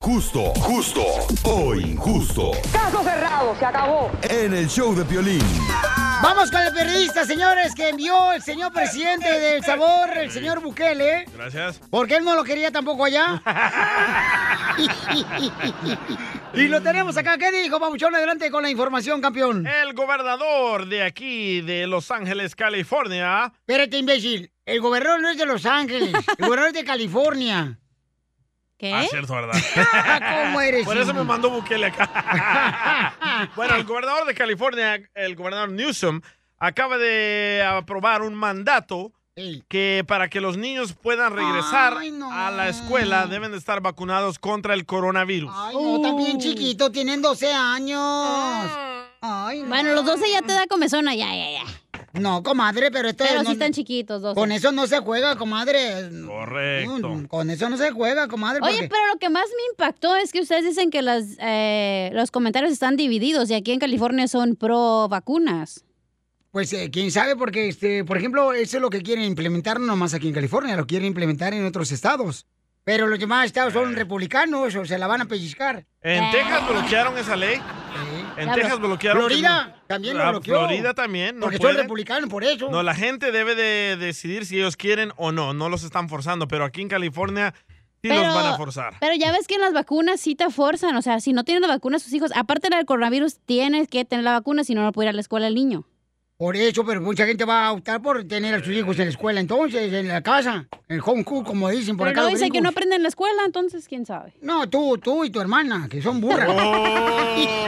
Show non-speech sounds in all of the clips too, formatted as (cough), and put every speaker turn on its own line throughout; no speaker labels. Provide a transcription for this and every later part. Justo, justo o injusto.
Caso cerrado, se acabó.
En el show de Piolín.
Vamos con el periodista, señores, que envió el señor presidente del sabor, el señor Bukele.
Gracias.
Porque él no lo quería
(laughs)
tampoco allá. y lo tenemos acá. ¿Qué dijo, Pabuchón? Adelante con la información, campeón.
El gobernador de aquí, de Los Ángeles, California.
Espérate, imbécil. El gobernador no es de Los Ángeles. El gobernador es de California.
¿Qué? Ah, cierto, ¿verdad?
(laughs) Ah, ¿Cómo eres?
Por eso me mandó Bukele
(laughs)
acá. bueno, el gobernador de California, el gobernador Newsom, acaba de aprobar un mandato que para que los niños puedan regresar
Ay, no.
a la escuela deben de estar vacunados contra el coronavirus.
Ay, no, también chiquito, tienen 12 años. Ay, no.
Bueno, los 12 ya te da comezona, ya, ya, ya.
No, comadre, pero esto
Pero
no-
sí están chiquitos, 12.
Con eso no se juega, comadre. Mm,
Correcto.
Con eso no se juega, comadre.
Oye,
porque-
pero lo que más me impactó es que ustedes dicen que las, eh, los comentarios están divididos y aquí en California son pro vacunas.
Pues eh, quién sabe, porque, este, por ejemplo, eso es lo que quieren implementar no nomás aquí en California, lo quieren implementar en otros estados. Pero los demás estados son republicanos o se la van a pellizcar.
Eh. En
Eh.
Texas bloquearon esa ley. En
Ya,
Texas
pero-
bloquearon. que
Florida
no-
también lo
Ah,
bloqueó.
Florida también. No,
porque
pueden.
son republicanos, por eso.
no, la gente debe de decidir si ellos quieren o no. No los están forzando, pero aquí en California sí los van a
(laughs)
forzar.
Pero ya ves que en las vacunas sí te forzan. O sea, si no tienen la vacuna sus hijos, aparte del coronavirus, tienes que tener la vacuna, si no, no puede ir a la escuela el niño.
Por eso, pero mucha gente va a optar por tener a sus hijos en la escuela, entonces, en la casa, en home cook, como dicen por
Pero
acá.
no
los
dicen que no
gringos.
aprenden en la escuela, entonces quién sabe.
No, tú, tú y tu hermana, que son burras.
Oh,
(laughs)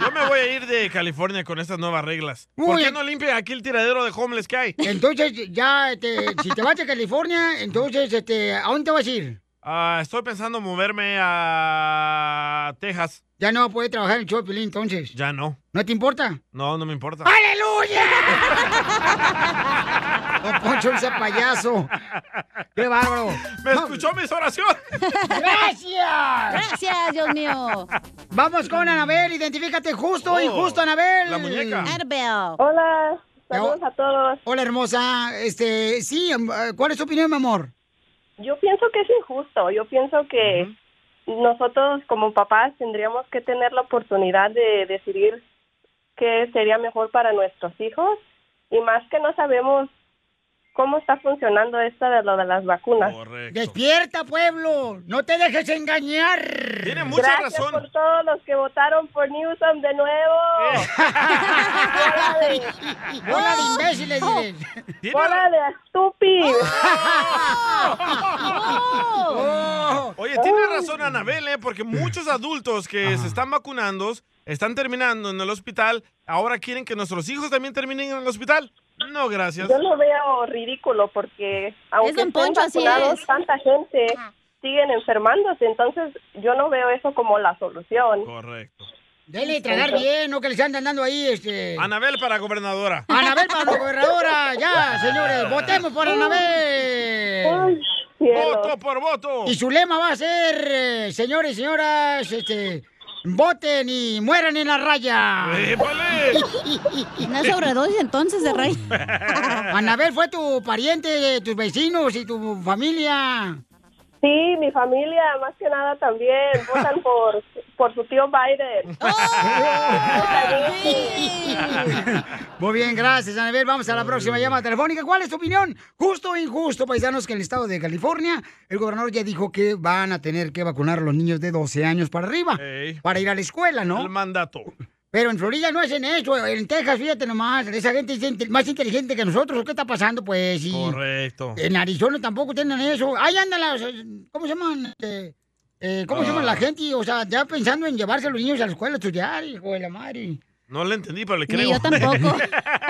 Yo me voy a ir de California con estas nuevas reglas. ¿Por
Uy.
qué no limpia aquí el tiradero de homeless que hay?
Entonces, ya, este, si te vas a California, entonces, este, ¿a dónde te vas a ir?
Ah, estoy pensando moverme a Texas.
Ya no va a poder trabajar en el show de Piolín, entonces.
Ya no.
¿No te importa?
No, no me importa.
Don Poncho, ese payaso.
(laughs)
¡Qué bárbaro!
¡Me escuchó mis oraciones!
(laughs) ¡Gracias!
Gracias, Dios mío.
Vamos con Anabel, identifícate justo y
Oh,
justo, Anabel.
la muñeca. Anabel.
Hola, saludos a todos.
Hola, hermosa. Este, sí, em, eh, ¿cuál es tu opinión, mi amor?
Yo pienso que es injusto. Yo pienso que nosotros como papás tendríamos que tener la oportunidad de decidir qué sería mejor para nuestros hijos y más que no sabemos cómo está funcionando esta de lo de las vacunas.
¡Despierta, pueblo! ¡No te dejes engañar!
Tiene
Gracias por todos los que votaron por Newsom de nuevo. (laughs)
¡Hola de
(laughs)
imbéciles, diles.
¡Hola de
(laughs)
estúpido!
¡Oh!
Oye, tiene razón Anabel, ¿eh? porque muchos adultos que se están vacunando están terminando en el hospital. Ahora quieren que nuestros hijos también terminen en el hospital. No, gracias.
Yo lo veo ridículo porque aunque
Don
estén
Poncho, así
vacunados,
es.
tanta gente siguen enfermándose, entonces yo no veo eso como la solución.
Correcto.
Dele tragar
Este,
bien, no que les andan dando ahí, este...
Anabel para gobernadora.
Anabel para la gobernadora, ya, (laughs) señores, votemos
Uh.
por Anabel.
Voto por voto.
Y su lema va a ser, eh, señores y señoras, este, voten y mueran en la raya. (laughs)
¡Épale!
¿No es sobredosis entonces de rey?
Anabel fue tu pariente, tus vecinos y tu familia.
Sí, mi familia más que nada
(laughs)
también votan por, por su tío Biden.
¡Oh!
(laughs) Muy bien, gracias, Anabel. Vamos a la próxima llamada telefónica. ¿Cuál es tu opinión? Justo o injusto, paisanos, que en el estado de California el gobernador ya dijo que van a tener que vacunar a los niños de 12 años para arriba
Ey.
para ir a la escuela, ¿no?
El mandato.
Pero en Florida no hacen eso. En Texas, fíjate nomás, esa gente es inte- más inteligente que nosotros. ¿Qué está pasando, pues? Y
Correcto.
En Arizona tampoco tienen eso. Ahí andan las... eh, ¿Cómo se llaman? Eh, eh, ¿Cómo se
Ah.
llaman la gente? O sea, ya pensando en llevarse a los niños a la escuela a estudiar, hijo de la madre.
No le entendí, pero le
Ni
creo.
yo
(laughs)
tampoco.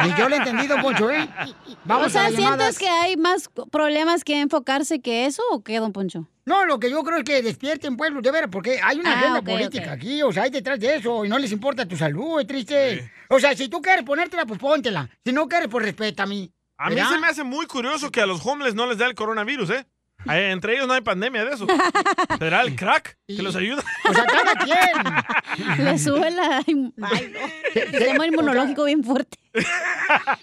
Ni yo le entendí, don Poncho, ¿eh? Vamos
o sea,
a las llamadas.
¿sientes que hay más problemas que enfocarse que eso o qué, don Poncho?
No, lo que yo creo es que despierten pueblos, de veras, porque hay una
Ah,
agenda
ok,
política
ok.
aquí, o sea, hay detrás de eso, y no les importa tu salud, es triste. O sea, si tú quieres ponértela, pues póntela. Si no quieres, pues respeta a mí.
A mí
¿verdad?
se me hace muy curioso que a los homeless no les da el coronavirus, ¿eh? Eh, Entre ellos no hay pandemia de
(laughs)
eso. ¿Será el crack que los ayuda?
O
(laughs)
sea, cada quien.
Le sube la. Ay,
(laughs)
no. Sistema inmunológico bien fuerte.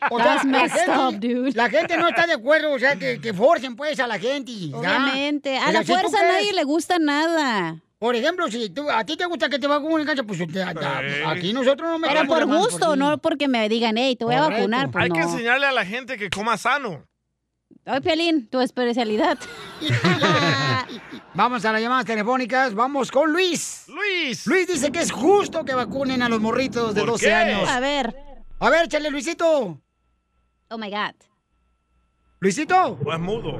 O
That's
la,
messed up,
gente,
dude.
la gente no está de acuerdo, o sea, que, que forcen pues a la gente. y ya.
Obviamente. A
Pero
la
si tú
fuerza a
crees-
nadie le gusta nada.
Por ejemplo, si tú, a ti te gusta que te vacunen, cancha, pues te- a-
Eh.
aquí nosotros no
Pero
metemos
por
la mano
gusto,
ti.
no porque me digan, hey, te voy a
Correcto.
vacunar. Pues
Hay que
no.
enseñarle a la gente que coma sano.
Ay, Piolín, tu especialidad.
Vamos a las llamadas telefónicas, vamos con Luis.
Luis.
Luis dice que es justo que vacunen a los morritos de
¿Por
12
qué?
años.
A ver.
A ver, chale, Luisito.
Oh my God.
Luisito,
O es mudo.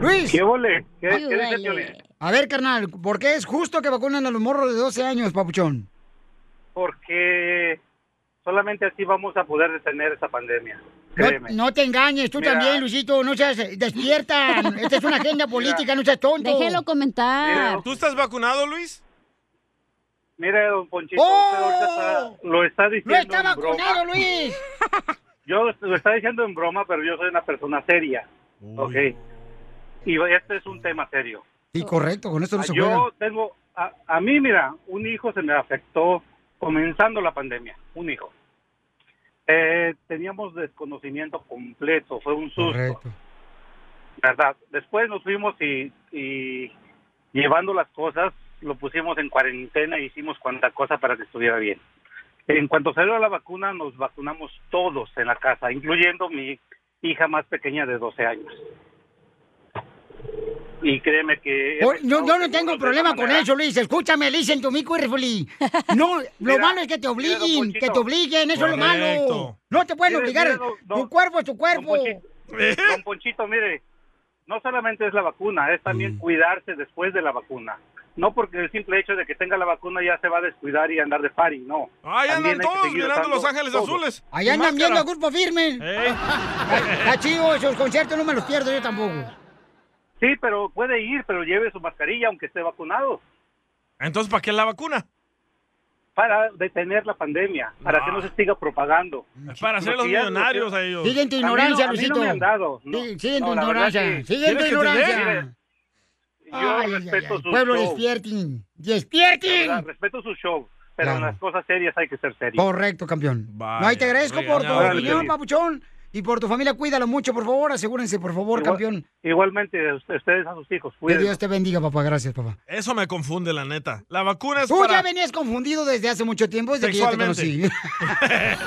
Luis.
¿Qué vole? ¿Qué, qué dice
Ayúdale.
Piolín?
A ver, carnal, ¿por qué es justo que vacunen a los morros de 12 años, papuchón?
Porque solamente así vamos a poder detener esa pandemia.
No,
Créeme.
no te engañes, tú
Mira.
también, Luisito, no seas despierta. Esta es una agenda política, no seas tonto.
Déjelo comentar.
Mira,
¿Tú estás vacunado, Luis?
Mire, don Ponchito,
¡Oh!
usted ahorita está- lo está
No
diciendo
está
en broma.
vacunado, Luis.
Yo lo está diciendo en broma, pero yo soy una persona seria. Ok. Y este es un tema serio. Ah,
Sí, correcto, con esto no se juega.
Yo tengo, a, a mí, mira, un hijo se me afectó comenzando la pandemia, un hijo. Eh, teníamos desconocimiento completo, fue un susto,
Correcto.
¿verdad? Después nos fuimos y, y llevando las cosas, lo pusimos en cuarentena y hicimos cuanta cosa para que estuviera bien. En cuanto salió la vacuna, nos vacunamos todos en la casa, incluyendo mi hija más pequeña de 12 años. Y créeme que...
O-
hemos
Yo, yo
estado
no
seguros de
tengo
esa
problema con
manera.
eso, Luis. Escúchame, listen to me
(laughs)
carefully. No, lo
Mira,
malo es que te
mira, don
obliguen, que
Ponchito.
te obliguen, eso es lo malo.
Correcto.
No te pueden
Mira,
obligar.
mira, don-
tu
don-
cuerpo es tu cuerpo.
Don Ponchito, (laughs) Don Ponchito, mire, no solamente es la vacuna, es
Mm.
también cuidarse después de la vacuna. No porque el simple hecho de que tenga la vacuna ya se va a descuidar y andar de party, no.
Ahí andan
También hay que
todos
seguir
mirando
usando
Los Ángeles
todo.
Azules.
Allá
Sin
andan viendo a
máscara.
grupo firme.
Ey.
(laughs) Está chido, esos conciertos no me los pierdo yo tampoco.
Sí, pero puede ir, pero lleve su mascarilla aunque esté vacunado
Entonces, ¿para qué la vacuna?
para detener la pandemia, para
No.
que no se siga propagando.
Ah. Es para hacer los
Porque ya no-
millonarios a ellos.
Sigue en tu
A mí no-
ignorancia,
a mí no
Luisito.
me han dado, no.
Sí, sigue en
No,
tu
la verdad
ignorancia. Sigue
que-
en tu
¿Quieres que te dé?
ignorancia.
Yo
Ay, ay,
respeto
ay,
su
Pueblo,
show,
despierten.
la
Despierten.
verdad, respeto su show, pero en
Claro.
las cosas serias hay que ser serios.
Correcto, campeón.
Vaya,
no, y te agradezco por tu
regañado.
opinión,
Dale,
papuchón. Y por tu familia, cuídalo mucho, por favor. Asegúrense, por favor,
Igual-
campeón.
Igualmente, a ustedes a sus hijos,
Que
cuídense.
Dios te bendiga, papá. Gracias, papá.
Eso me confunde, la neta. La vacuna es
Tú ya
para...
venías confundido desde hace mucho tiempo, desde que yo te conocí.
Sexualmente.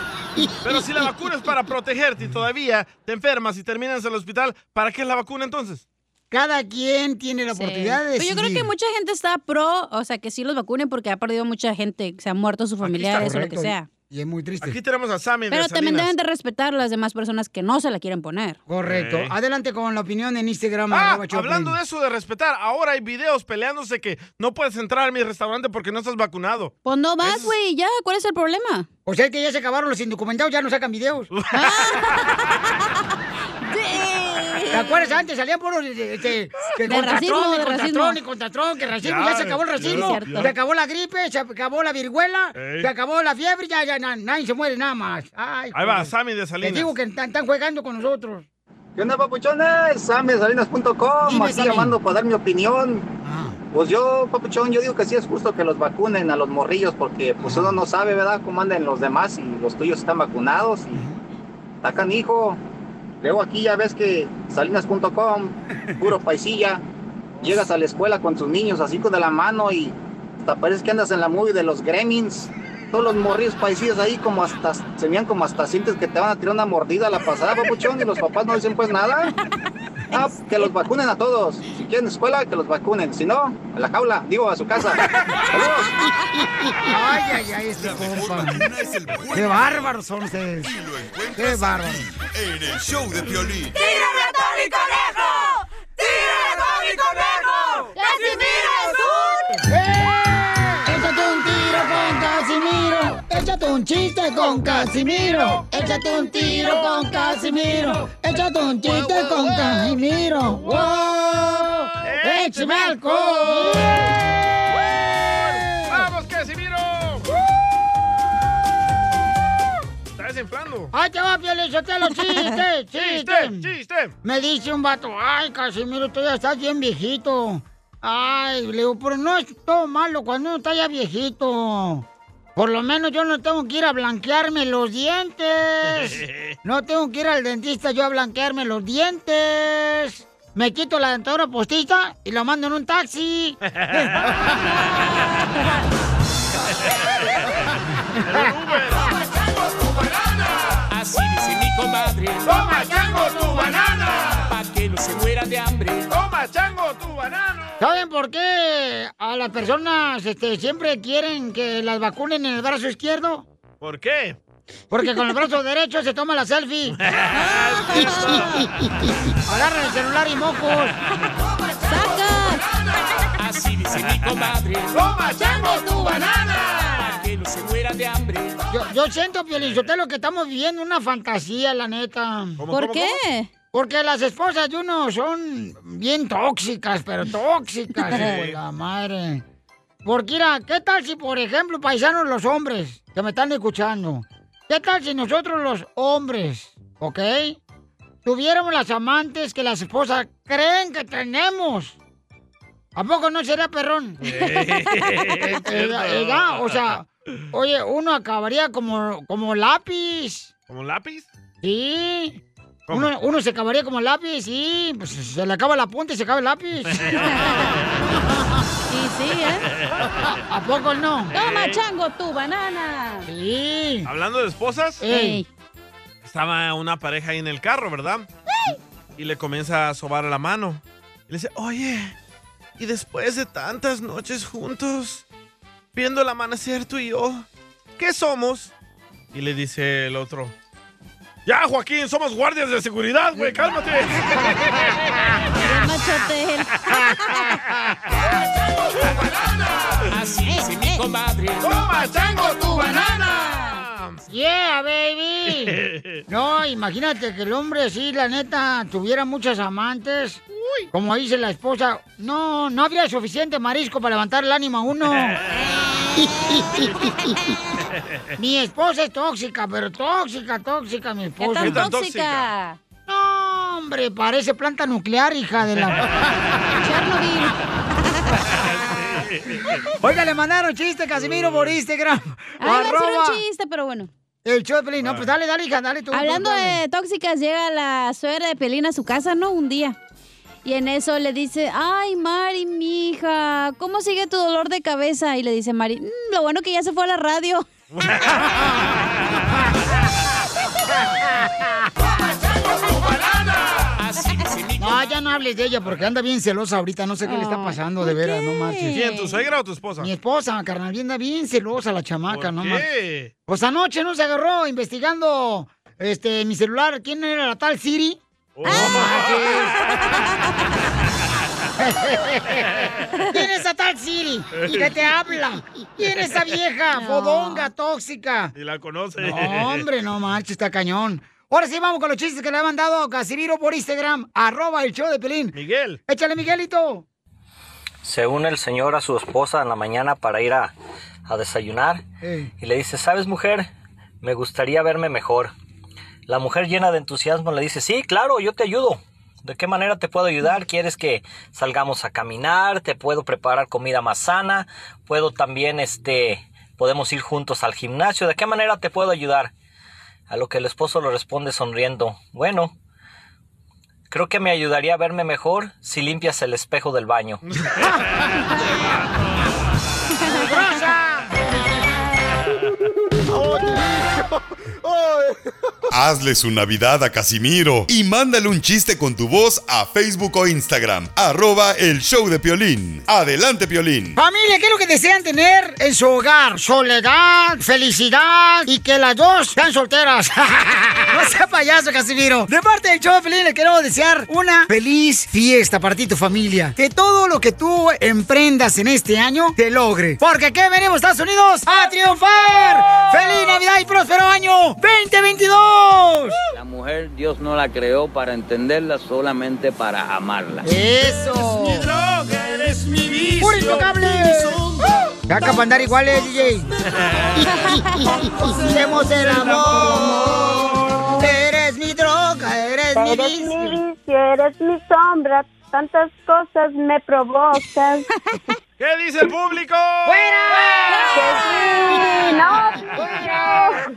(laughs) Pero si la vacuna es para protegerte y todavía te enfermas y terminas en el hospital, ¿para qué es la vacuna entonces?
Cada quien tiene la
Sí.
oportunidad de
Pero yo creo
decidir.
que mucha gente está pro, o sea, que sí los vacunen porque ha perdido mucha gente, se han muerto sus familiares o lo que
Correcto,
sea.
Y es muy triste.
Aquí tenemos a Sammy de
Pero también
Salinas.
deben de respetar a las demás personas que no se la quieren poner.
Correcto.
Ok.
Adelante con la opinión en Instagram.
Ah,
arroba Choplin.
hablando de eso de respetar, ahora hay videos peleándose que no puedes entrar a mi restaurante porque no estás vacunado.
Pues no vas, güey, ya, ¿cuál es el problema? Ah.
O sea Pues que ya se acabaron los indocumentados, ya no
(laughs)
sacan videos. (laughs) ¿Te acuerdas? Antes salían por este, que
De
contra
racismo,
Trump, y
de
contra
racismo.
Trump y contra Trump, que racismo, ya,
Ya,
se acabó el
ya,
racismo,
ya.
se acabó la gripe, se acabó la viruela,
Ey.
se acabó la fiebre, ya, ya, na- nadie se muere nada más. Ay,
Ahí va,
joder.
Sammy de
Te
Salinas.
digo que están, están jugando con nosotros.
¿Qué onda, papuchones? SamySalinas.com,
Dime,
aquí
Sammy.
llamando para dar mi opinión.
Ah,
Pues yo, papuchón, yo digo que sí es justo que los vacunen a los morrillos porque pues uno no sabe, ¿verdad?, cómo andan los demás y los tuyos están vacunados y tacan hijo. Luego aquí ya ves que Salinas.com,
(laughs)
puro paisilla, llegas a la escuela con tus niños así con de la mano y hasta parece que andas en la movie de los Gremlins. Todos los morrillos paisillas ahí como hasta, se miran como hasta sientes que te van a tirar una mordida a la pasada, papuchón, y los papás no dicen pues
(laughs)
nada. Ah, que los vacunen a todos. Si quieren escuela, que los vacunen. Si no, a la jaula, digo, a su
(laughs)
casa. Saludos.
Ay, ay, ay, este compa.
Una es el buen
Qué bárbaros son ustedes.
y lo encuentras
Qué bárbaros.
en el show de Piolín.
Échate un tiro con Casimiro. Échate un chiste con Casimiro. Échate un tiro con Casimiro. Échate un chiste con Casimiro. ¡Wow! ¡Échame alcohol!
¡Vamos, Casimiro! ¡Está desinflando!
¡Ahí te va, va, (laughs) Pielichotelo, chiste, chiste. Me dice un vato, ay, Casimiro, tú ya estás bien viejito. Ay, le digo, pero no es todo malo cuando uno está ya viejito. Por lo menos yo no tengo que ir a blanquearme los (laughs) dientes. No tengo que ir al dentista yo a blanquearme los dientes. Me quito la dentadura postiza y la mando en
(laughs)
un taxi.
Así dice mi comadre.
Toma, chango, tu banana.
Pa' que no se muera de hambre.
Toma, chango, tu banana.
¿Saben por qué a las personas este, siempre quieren que las vacunen en el brazo izquierdo?
¿Por qué?
Porque con el
(laughs)
brazo derecho se toma la selfie. (laughs) Agarran el celular y mocos.
Así dice mi comadre.
Toma, chango, tu
Pa' que no se muera de hambre.
Yo, yo siento, Piolizotelo, que estamos viviendo una fantasía, la neta.
¿Cómo, ¿Por cómo, qué? cómo?
Porque las esposas de uno son bien tóxicas, pero tóxicas, hijo de la madre. Porque mira, ¿qué tal si, por ejemplo, paisanos los hombres que me están escuchando? ¿Qué tal si nosotros los hombres, ok? Tuviéramos las amantes que las esposas creen que tenemos. ¿A poco no sería perrón? Eh, eh, ya, o sea, oye, uno acabaría como, como lápiz.
¿Como lápiz?
Sí. Uno, uno se acabaría como lápiz, sí. Pues se le acaba la punta y se acaba el lápiz. (laughs)
Sí, sí, ¿eh?
(laughs)
¿A poco no?
Toma, chango, tu banana.
Sí.
Hablando de esposas,
Ey.
estaba una pareja ahí en el carro, ¿verdad? Y le comienza a sobar la mano. Y le dice, oye, y después de tantas noches juntos, viendo el amanecer tú y yo, ¿qué somos? Y le dice el otro, ya, Joaquín, somos guardias de seguridad, güey,
(laughs)
cálmate.
Así dice mi comadre.
Toma, chango, tu
Yeah, baby. No, imagínate que el hombre, sí, la neta, tuviera muchas amantes. Como dice la esposa, no, no habría suficiente marisco para levantar el ánimo
(laughs)
a uno. mi esposa es tóxica, pero tóxica, tóxica mi
¿Qué
esposa.
tan tóxica?
No, hombre, parece planta nuclear, hija de
(laughs)
la...
(laughs)
Chernobyl.
Oiga, le mandaron chiste, Casimiro, por Instagram.
Ah, iba a hacer
arroba
un chiste, pero bueno.
el show de Pelín. No, pues dale, dale, hija, dale tú. tú,
Hablando
dale.
de tóxicas, llega la suegra de Pelín a su casa, ¿no? Un día. Y en eso le dice, ay, Mari, mija, ¿cómo sigue tu dolor de cabeza? Y le dice Mari, "Mm, lo bueno que ya se fue a la radio.
Así dice mi
No, ya no hables de ella porque anda bien celosa ahorita. No sé qué le está
Ay,
pasando, de
¿por
veras, no
qué?
marches.
¿Quién, tu suegra o tu esposa?
Mi esposa, carnal, bien- anda bien celosa la chamaca, no marches.
¿Qué?
Pues anoche no se agarró investigando este, mi celular. ¿Quién era la tal Siri?
Oh. (laughs)
¿Quién es esa tal Siri? ¿Y qué te habla? ¿Quién es esa vieja fodonga, tóxica?
(laughs) Y la conoce.
No, hombre, no manches, está cañón. Ahora sí, vamos con los chistes que le ha mandado Casimiro por Instagram, arroba el show de Pelín.
Miguel.
Échale, Miguelito.
Se une el señor a su esposa en la mañana para ir a, a desayunar
Ey.
y le dice, ¿sabes mujer? Me gustaría verme mejor. La mujer llena de entusiasmo le dice, sí, claro, yo te ayudo. ¿De qué manera te puedo ayudar? ¿Quieres que salgamos a caminar? ¿Te puedo preparar comida más sana? ¿Puedo también, este, podemos ir juntos al gimnasio? ¿De qué manera te puedo ayudar? A lo que el esposo le responde sonriendo, bueno, creo que me ayudaría a verme mejor si limpias el espejo del baño.
Hazle su Navidad a Casimiro y mándale un chiste con tu voz a Facebook o Instagram. Arroba el show de Piolín. Adelante, Piolín.
Familia, ¿qué es lo que desean tener en su hogar? Soledad, felicidad y que las dos sean solteras. (laughs) no sea payaso, Casimiro. De parte del show feliz, le quiero desear una feliz fiesta para ti y tu familia. Que todo lo que tú emprendas en este año te logre. Porque aquí venimos, Estados Unidos, a triunfar. ¡Feliz Navidad y próspero año 2022!
La mujer Dios no la creó para entenderla, solamente para amarla.
Eh.
¡Eso!
droga, eres mi vicio.
¡Puro intocable! (laughs) Caca para andar igual, eh, DJ. Hicimos el amor. Te
eres mi
eres
bis.
mi vicio, eres mi sombra, tantas cosas me provocas.
¿Qué dice el público?
¡Fuera!
¡No!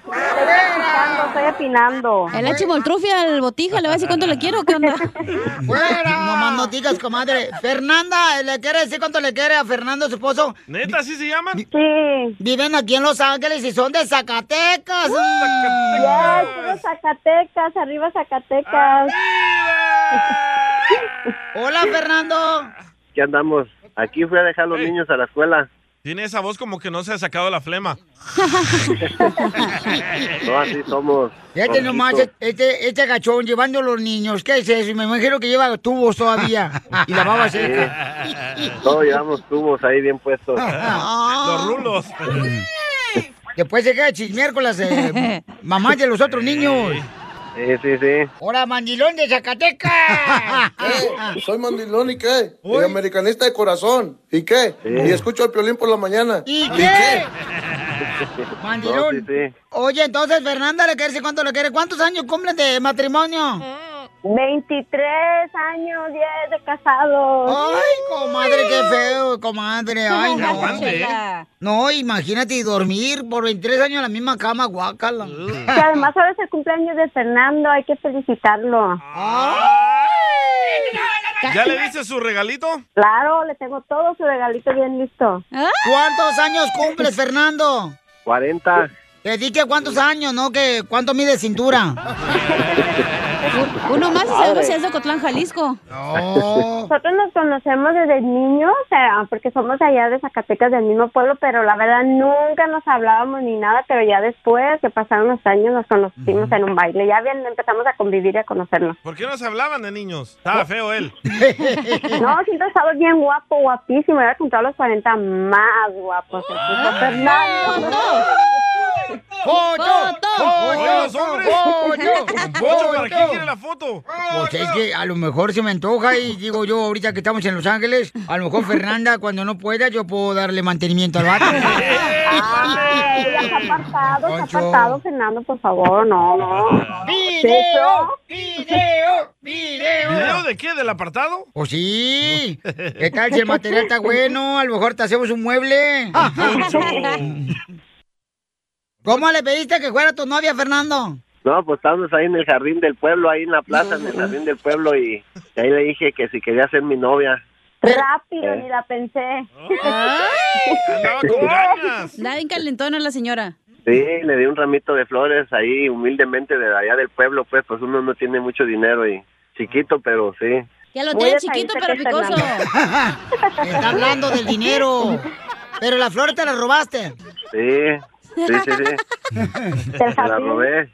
opinando, estoy opinando.
El la chimoltrufia al botija, le va a decir cuánto le quiero, ¿qué onda?
(laughs) ¡Fuera! No más no digas, comadre. Fernanda, ¿le quiere decir cuánto le quiere a Fernando, su esposo?
¿Neta, así se llaman?
Sí.
Viven aquí en Los Ángeles y son de Zacatecas.
Ya, puro Zacatecas, arriba Zacatecas.
Hola, Fernando.
¿Qué andamos? Aquí fui a dejar a los niños a la escuela.
Tiene esa voz como que no se ha sacado la flema.
No, así somos.
Fíjate nomás,
Rojitos.
este, este gachón llevando a los niños. ¿Qué es eso? Me imagino que lleva tubos todavía y la baba seca.
Sí. Todos llevamos tubos ahí bien puestos.
Los
rulos.
Ah. Después se queda chismear con las eh, mamás de los otros niños.
Sí, sí, sí.
¡Hola, mandilón de Zacatecas!
¿Qué? Soy mandilón y qué? Soy americanista de corazón. ¿Y qué?
Sí.
Y escucho el piolín por la mañana.
¿Y
qué?
Mandilón.
No, sí, sí.
Oye, entonces, Fernanda, ¿le quiere decir cuánto le quiere? ¿Cuántos años cumplen de matrimonio?
23 años, 10 de casados.
Ay, comadre, qué feo, comadre. Ay,
Ya aguante,
no.
¿eh?
No, imagínate y dormir por 23 años en la misma cama, guácala.
Que además ahora es el cumpleaños de Fernando, hay que felicitarlo.
Ah.
¿Ya le dice su regalito?
Claro, le tengo todo su regalito bien listo.
¿Cuántos años cumples, Fernando?
40.
Te dije cuántos años, ¿no? Que cuánto
(laughs)
mide cintura.
Uno más y seguro si es de Cotlán, Jalisco.
Nosotros nos conocemos desde niños, o sea, porque somos allá de Zacatecas, del mismo pueblo, pero la verdad nunca nos hablábamos ni nada, pero ya después que pasaron los años nos conocimos en un baile, ya bien empezamos a convivir y a conocernos.
¿Por qué no se hablaban de niños? Estaba feo él.
No, siempre ha estado bien guapo, guapísimo, era contra los 40 más guapos. se
Ah.
puso
(laughs)
Fernando.
Ah, ¡Foto! (laughs)
Oye, los hombres! Poncho, ¿para qué quiere la foto?
Pues es que a lo mejor se me antoja y digo yo, ahorita que estamos en Los Ángeles, a lo mejor Fernanda, cuando no pueda, yo puedo darle mantenimiento al
(laughs)
vato.
Ay, ya está apartado, está apartado, Fernando, por favor, no, no.
¡Video! ¡Video!
¿Video de qué? ¿Del apartado?
¿O Pues sí? ¿Qué tal si el material está bueno? A lo mejor te hacemos un mueble. ¿Cómo le pediste que fuera tu novia, Fernando?
No, pues estábamos ahí en el jardín del pueblo, ahí en la plaza, en el jardín del pueblo, y, y ahí le dije que si quería ser mi novia.
Rápido, ni la pensé. (laughs)
Da bien calentona la señora.
Sí, le di un ramito de flores ahí humildemente de allá del pueblo, pues, pues uno no tiene mucho dinero y chiquito, pero sí.
Ya lo
Muy
Pues,
tiene chiquito,
detalladita
pero
que es
picoso.
Está hablando del dinero. Pero la flor te la robaste.
Sí, sí, sí, sí. Se la robé.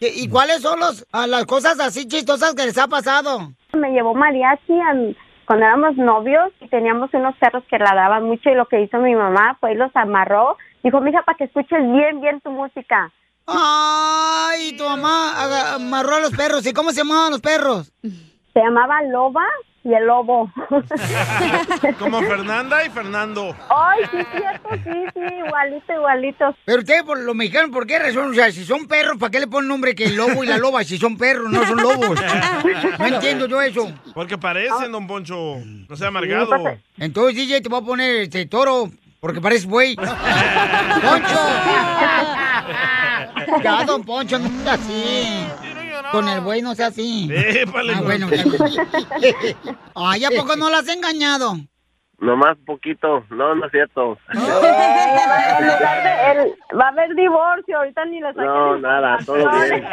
¿Y y cuáles son los, a las cosas así chistosas que les ha pasado?
Me llevó mariachi a- cuando éramos novios y teníamos unos perros que ladraban mucho y lo que hizo mi mamá fue y los amarró. Dijo, mija, para que escuches bien, bien tu música.
Ah. Ay, tu mamá aga- amarró a los perros. ¿Y cómo se llamaban los perros?
Se llamaba Loba y el
(laughs)
Lobo.
Como Fernanda y Fernando.
Ay, sí, cierto, sí, sí, igualito, igualito.
Pero ustedes, por los mexicanos, ¿por qué razón? O sea, si son perros, ¿para qué le ponen nombre que el lobo y la loba si son perros, no son lobos? No entiendo yo eso.
Porque parecen, don Poncho. No sea amargado.
Entonces, DJ, te voy a poner este toro, porque
(laughs)
pareces buey. ¡Poncho! Ya, don Poncho, no sea así. Con el buey no sea así.
Épale,
ah,
don-
bueno. ya. Ay, ¿a poco no las he engañado?
Nomás poquito. No, no es cierto.
En lugar de- el- va a haber divorcio, ahorita ni los
No, nada, todo bien.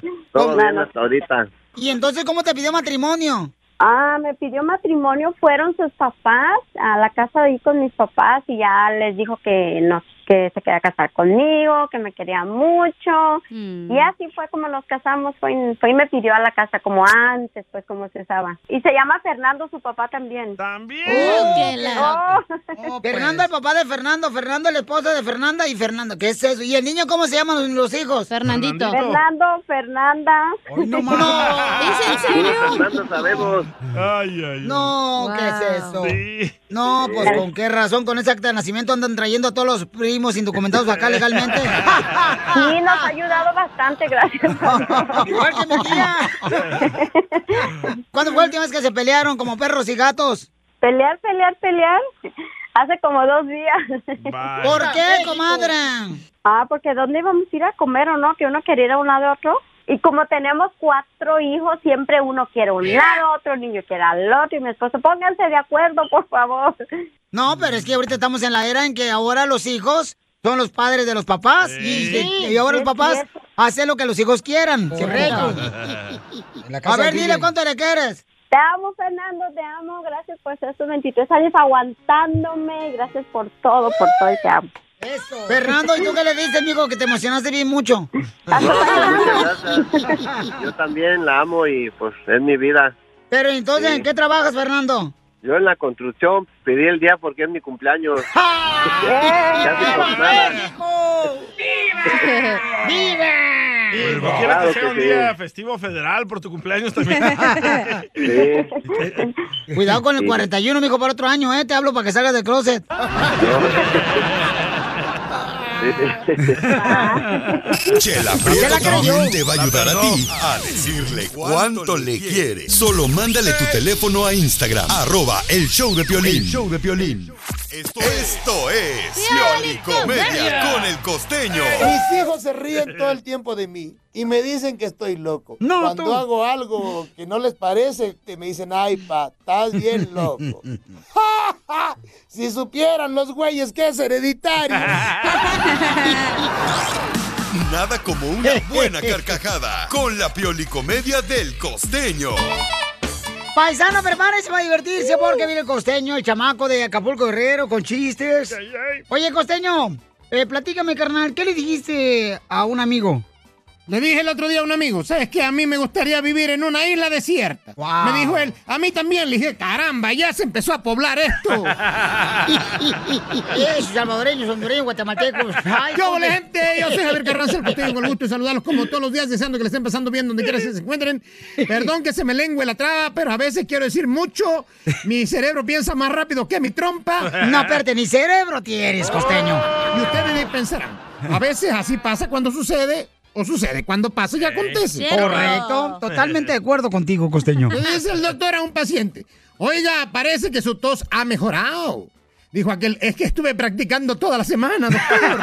Pues
Todo bien hasta ahorita.
¿Y entonces cómo te pidió matrimonio?
Ah, me pidió matrimonio, fueron sus papás a la casa de ahí con mis papás y ya les dijo que no, que se quería casar conmigo, que me quería mucho.
Mm.
Y así fue como nos casamos, fue, y- fue y me pidió a la casa como antes, pues como se usaba. Y se llama Fernando su papá también. Oh,
También.
Oh, pues. Fernando, el papá de Fernando, Fernando, el esposo de Fernanda y Fernando. ¿Qué es eso? ¿Y el niño cómo se llaman los- los hijos?
Fernandito.
Fernando, Fernanda.
(laughs)
no más.
¿Es en serio?
No sabemos.
Ay, ay,
No, ¿qué es eso?
Sí.
No, pues con qué razón, con ese acta de nacimiento andan trayendo a todos los fuimos indocumentados acá legalmente.
(laughs) Sí, nos ha ayudado bastante, gracias.
(laughs) Igual que mi tía. ¿Cuándo fue la última vez que se pelearon como perros y gatos?
Pelear, pelear, pelear. Hace como dos días.
¿Por qué, comadre?
Ah, porque ¿dónde íbamos a ir a comer o no? Que uno quiere ir a un lado a otro. Y como tenemos cuatro hijos, siempre uno quiere a un lado, otro niño quiere al otro. Y mi esposo, pónganse de acuerdo, por favor.
No, pero es que ahorita estamos en la era en que ahora los hijos son los padres de los papás y,
Sí,
y ahora
sí,
los papás
es
hacen lo que los hijos quieran. se
Correcto.
fregan.
casa
A ver,
del
dile
DJ.
cuánto le quieres.
Te amo, Fernando, te amo. Gracias por estos 23 años aguantándome. Gracias por todo, por todo. Te amo.
Eso. Fernando, ¿y tú qué le dices, amigo? Que te emocionaste bien mucho.
Yo también la amo y pues es mi vida.
Pero entonces, ¿en qué trabajas, Fernando?
Yo en la construcción pedí el día porque es mi cumpleaños. Casi por nada.
(laughs) ¡Viva! ¡Viva!
Y
Viva.
quiero
Claro
que sea
que
un
sí.
día festivo federal por tu cumpleaños también. (laughs)
Cuidado con el
Sí.
41, mijo, para otro año, ¿eh? Te hablo para que salgas del closet.
Chela
Se la Ah,
Prieto
creyó.
también te va a ayudar a ti a decirle cuánto le quiere. Solo mándale tu teléfono a Instagram, arroba el show de Piolín.
El
show de Piolín. Esto es, Esto es Pioli Comedia con el costeño.
Mis hijos se ríen todo el tiempo de mí y me dicen que estoy loco.
No,
Cuando
tú.
hago algo que no les parece, te me dicen, ay, pa, estás bien
(laughs)
loco.
Ah,
si supieran los güeyes que es hereditario.
Nada como una (laughs) buena carcajada con la Pioli Comedia del costeño.
Paisano, prepárense para divertirse
Uh.
porque viene el costeño, el chamaco de Acapulco Guerrero con chistes. Oye, costeño, eh, platícame, carnal, ¿qué le dijiste a un amigo?
(laughs) Le dije el otro día a un amigo, ¿sabes qué? A mí me gustaría vivir en una isla desierta.
Ah.
Me dijo él, a mí también. Le dije, caramba, ya se empezó a poblar
(laughs)
esto.
(laughs)
Esos salvadoreños, hondureños,
(laughs)
guatemaltecos. Ay,
¿Qué
hombre.
hola, gente? Yo soy Javier Carranza, el costeño, con el gusto de saludarlos como todos los días, deseando que les estén pasando bien donde quiera que se encuentren. Perdón que se me lengüe la traba, pero a veces quiero decir mucho. Mi cerebro piensa más rápido que mi trompa.
No, espérate, ni cerebro tienes, costeño.
Y ustedes pensarán, a veces así pasa cuando sucede, o sucede cuando pasa y acontece.
Correcto, totalmente de acuerdo contigo,
(laughs)
costeño.
Le dice el doctor a un paciente, oiga, parece que su tos ha mejorado. Dijo aquel, es que estuve practicando toda la semana, doctor.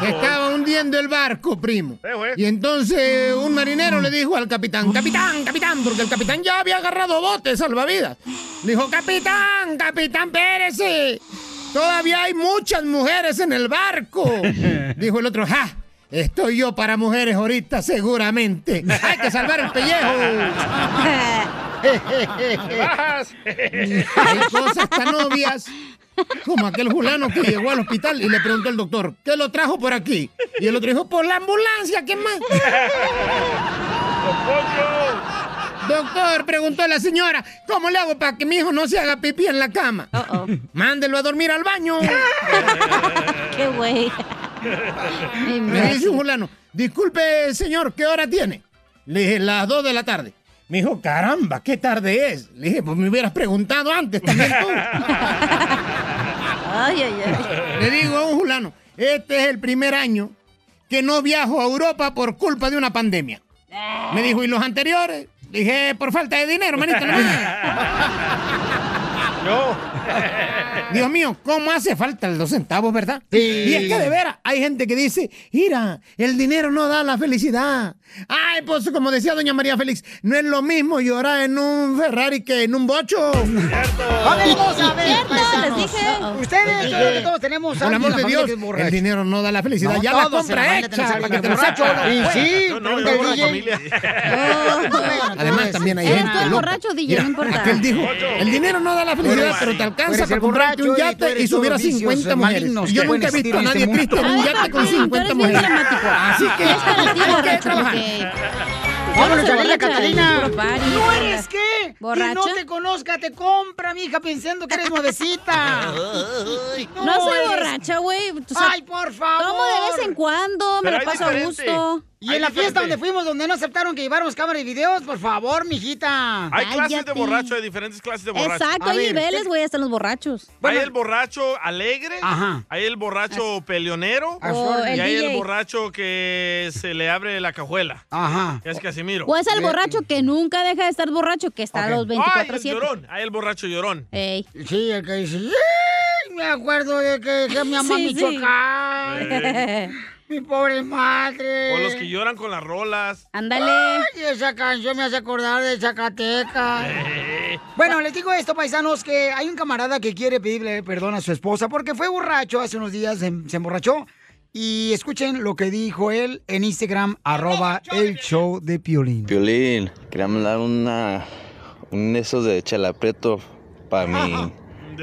Se estaba hundiendo el barco, primo. Y entonces un marinero le dijo al capitán, capitán, capitán, porque el capitán ya había agarrado bote salvavidas. Le dijo, capitán, capitán, pérese. Todavía hay muchas mujeres en el barco. Dijo el otro, ja, estoy yo para mujeres ahorita seguramente. Hay que salvar el (laughs) pellejo. Hay cosas tan obvias como aquel fulano que llegó al hospital y le preguntó al doctor, ¿qué lo trajo por aquí? Y el otro dijo, por la ambulancia, ¿qué más? Doctor, preguntó la señora, ¿cómo le hago para que mi hijo no se haga pipí en la cama? Mándelo a dormir al baño. (laughs) Qué güey.
(laughs)
Me dice un fulano, disculpe, señor, ¿qué hora tiene? Le dije, las 2 de la tarde. Me dijo, caramba, qué tarde es. Le dije, pues me hubieras preguntado antes también (laughs) tú. Le digo a un fulano, este es el primer año que no viajo a Europa por culpa de una pandemia. Me dijo, ¿y los anteriores? Le dije, "Eh, por falta de dinero, manito. No. Dios mío, ¿cómo hace falta el dos centavos, verdad? Y es que de veras, hay gente que dice, mira, el dinero no da la felicidad. Ay, pues como decía doña María Félix, no es lo mismo llorar en un Ferrari que en un bocho.
Vamos a ver, paisanos. Ustedes,
Sí.
yo creo que todos tenemos Pues,
Por el
alguien en
amor
la
de
familia
Dios,
que es borracho.
el dinero no da la felicidad.
No,
ya la
todos se la
compra
van a
hecha,
tener
para que te
que borracho,
borracho.
¿no?
¿no?
Y sí,
No, no,
pregúntale
yo
al DJ. (laughs)
borro familia.
Además, pues,
Además, también hay
Eres
gente
tú el
loca.
borracho, DJ, no importa.
Aquel dijo, el dinero no da la felicidad,
Tú
pero te
eres
alcanza
el
para comprarte un
borracho y tú
yate
eres
y subir a
todos los
50
vicios
mujeres.
malignos
Yo
que
nunca he
pueden
visto a nadie
existir en este
triste en un
mundo.
yate con
Ay, papi, tú eres
50
bien
mujeres.
dramático.
Así que
Es para ti,
hay que
borracho,
trabajar.
Vámonos,
Yo no
Chavarría,
soy borracha,
Catalina.
puro party,
¿No
nada.
eres qué?
¿Borracha?
Y no te conozca, te compra, mija, pensando que eres nuevecita.
No, soy borracha, güey. O sea,
Ay, por favor.
Tomo de vez en cuando, me
Pero
la
hay
paso a
diferente.
gusto.
Y en la fiesta donde fuimos, donde no aceptaron que lleváramos cámara y videos, por favor, mijita.
Hay clases de borracho, hay diferentes clases de borracho.
Exacto, hay niveles, güey, hasta los borrachos.
hay el borracho alegre,
Ajá.
hay el borracho peleonero
O
y
el
hay el
DJ.
borracho que se le abre la cajuela.
Ajá.
Es Casimiro.
O es el borracho que nunca deja de estar borracho, que está a los
Ay, el
24-7.
llorón. Hay el borracho llorón.
Ey.
Sí, el que dice, "Ay, me acuerdo de que dejé a mi mamá
Sí, sí.
Michoacán.
Eh.
Mi pobre madre.
O los que lloran con las rolas.
Ándale. Ay, esa canción me hace acordar de Zacatecas. Bueno, les digo esto, paisanos, que hay un camarada que quiere pedirle perdón a su esposa porque fue borracho hace unos días, se, se emborrachó. Y escuchen lo que dijo él en Instagram, arroba el show de Piolín.
Piolín, quería mandar una, un eso de chelapreto para mi,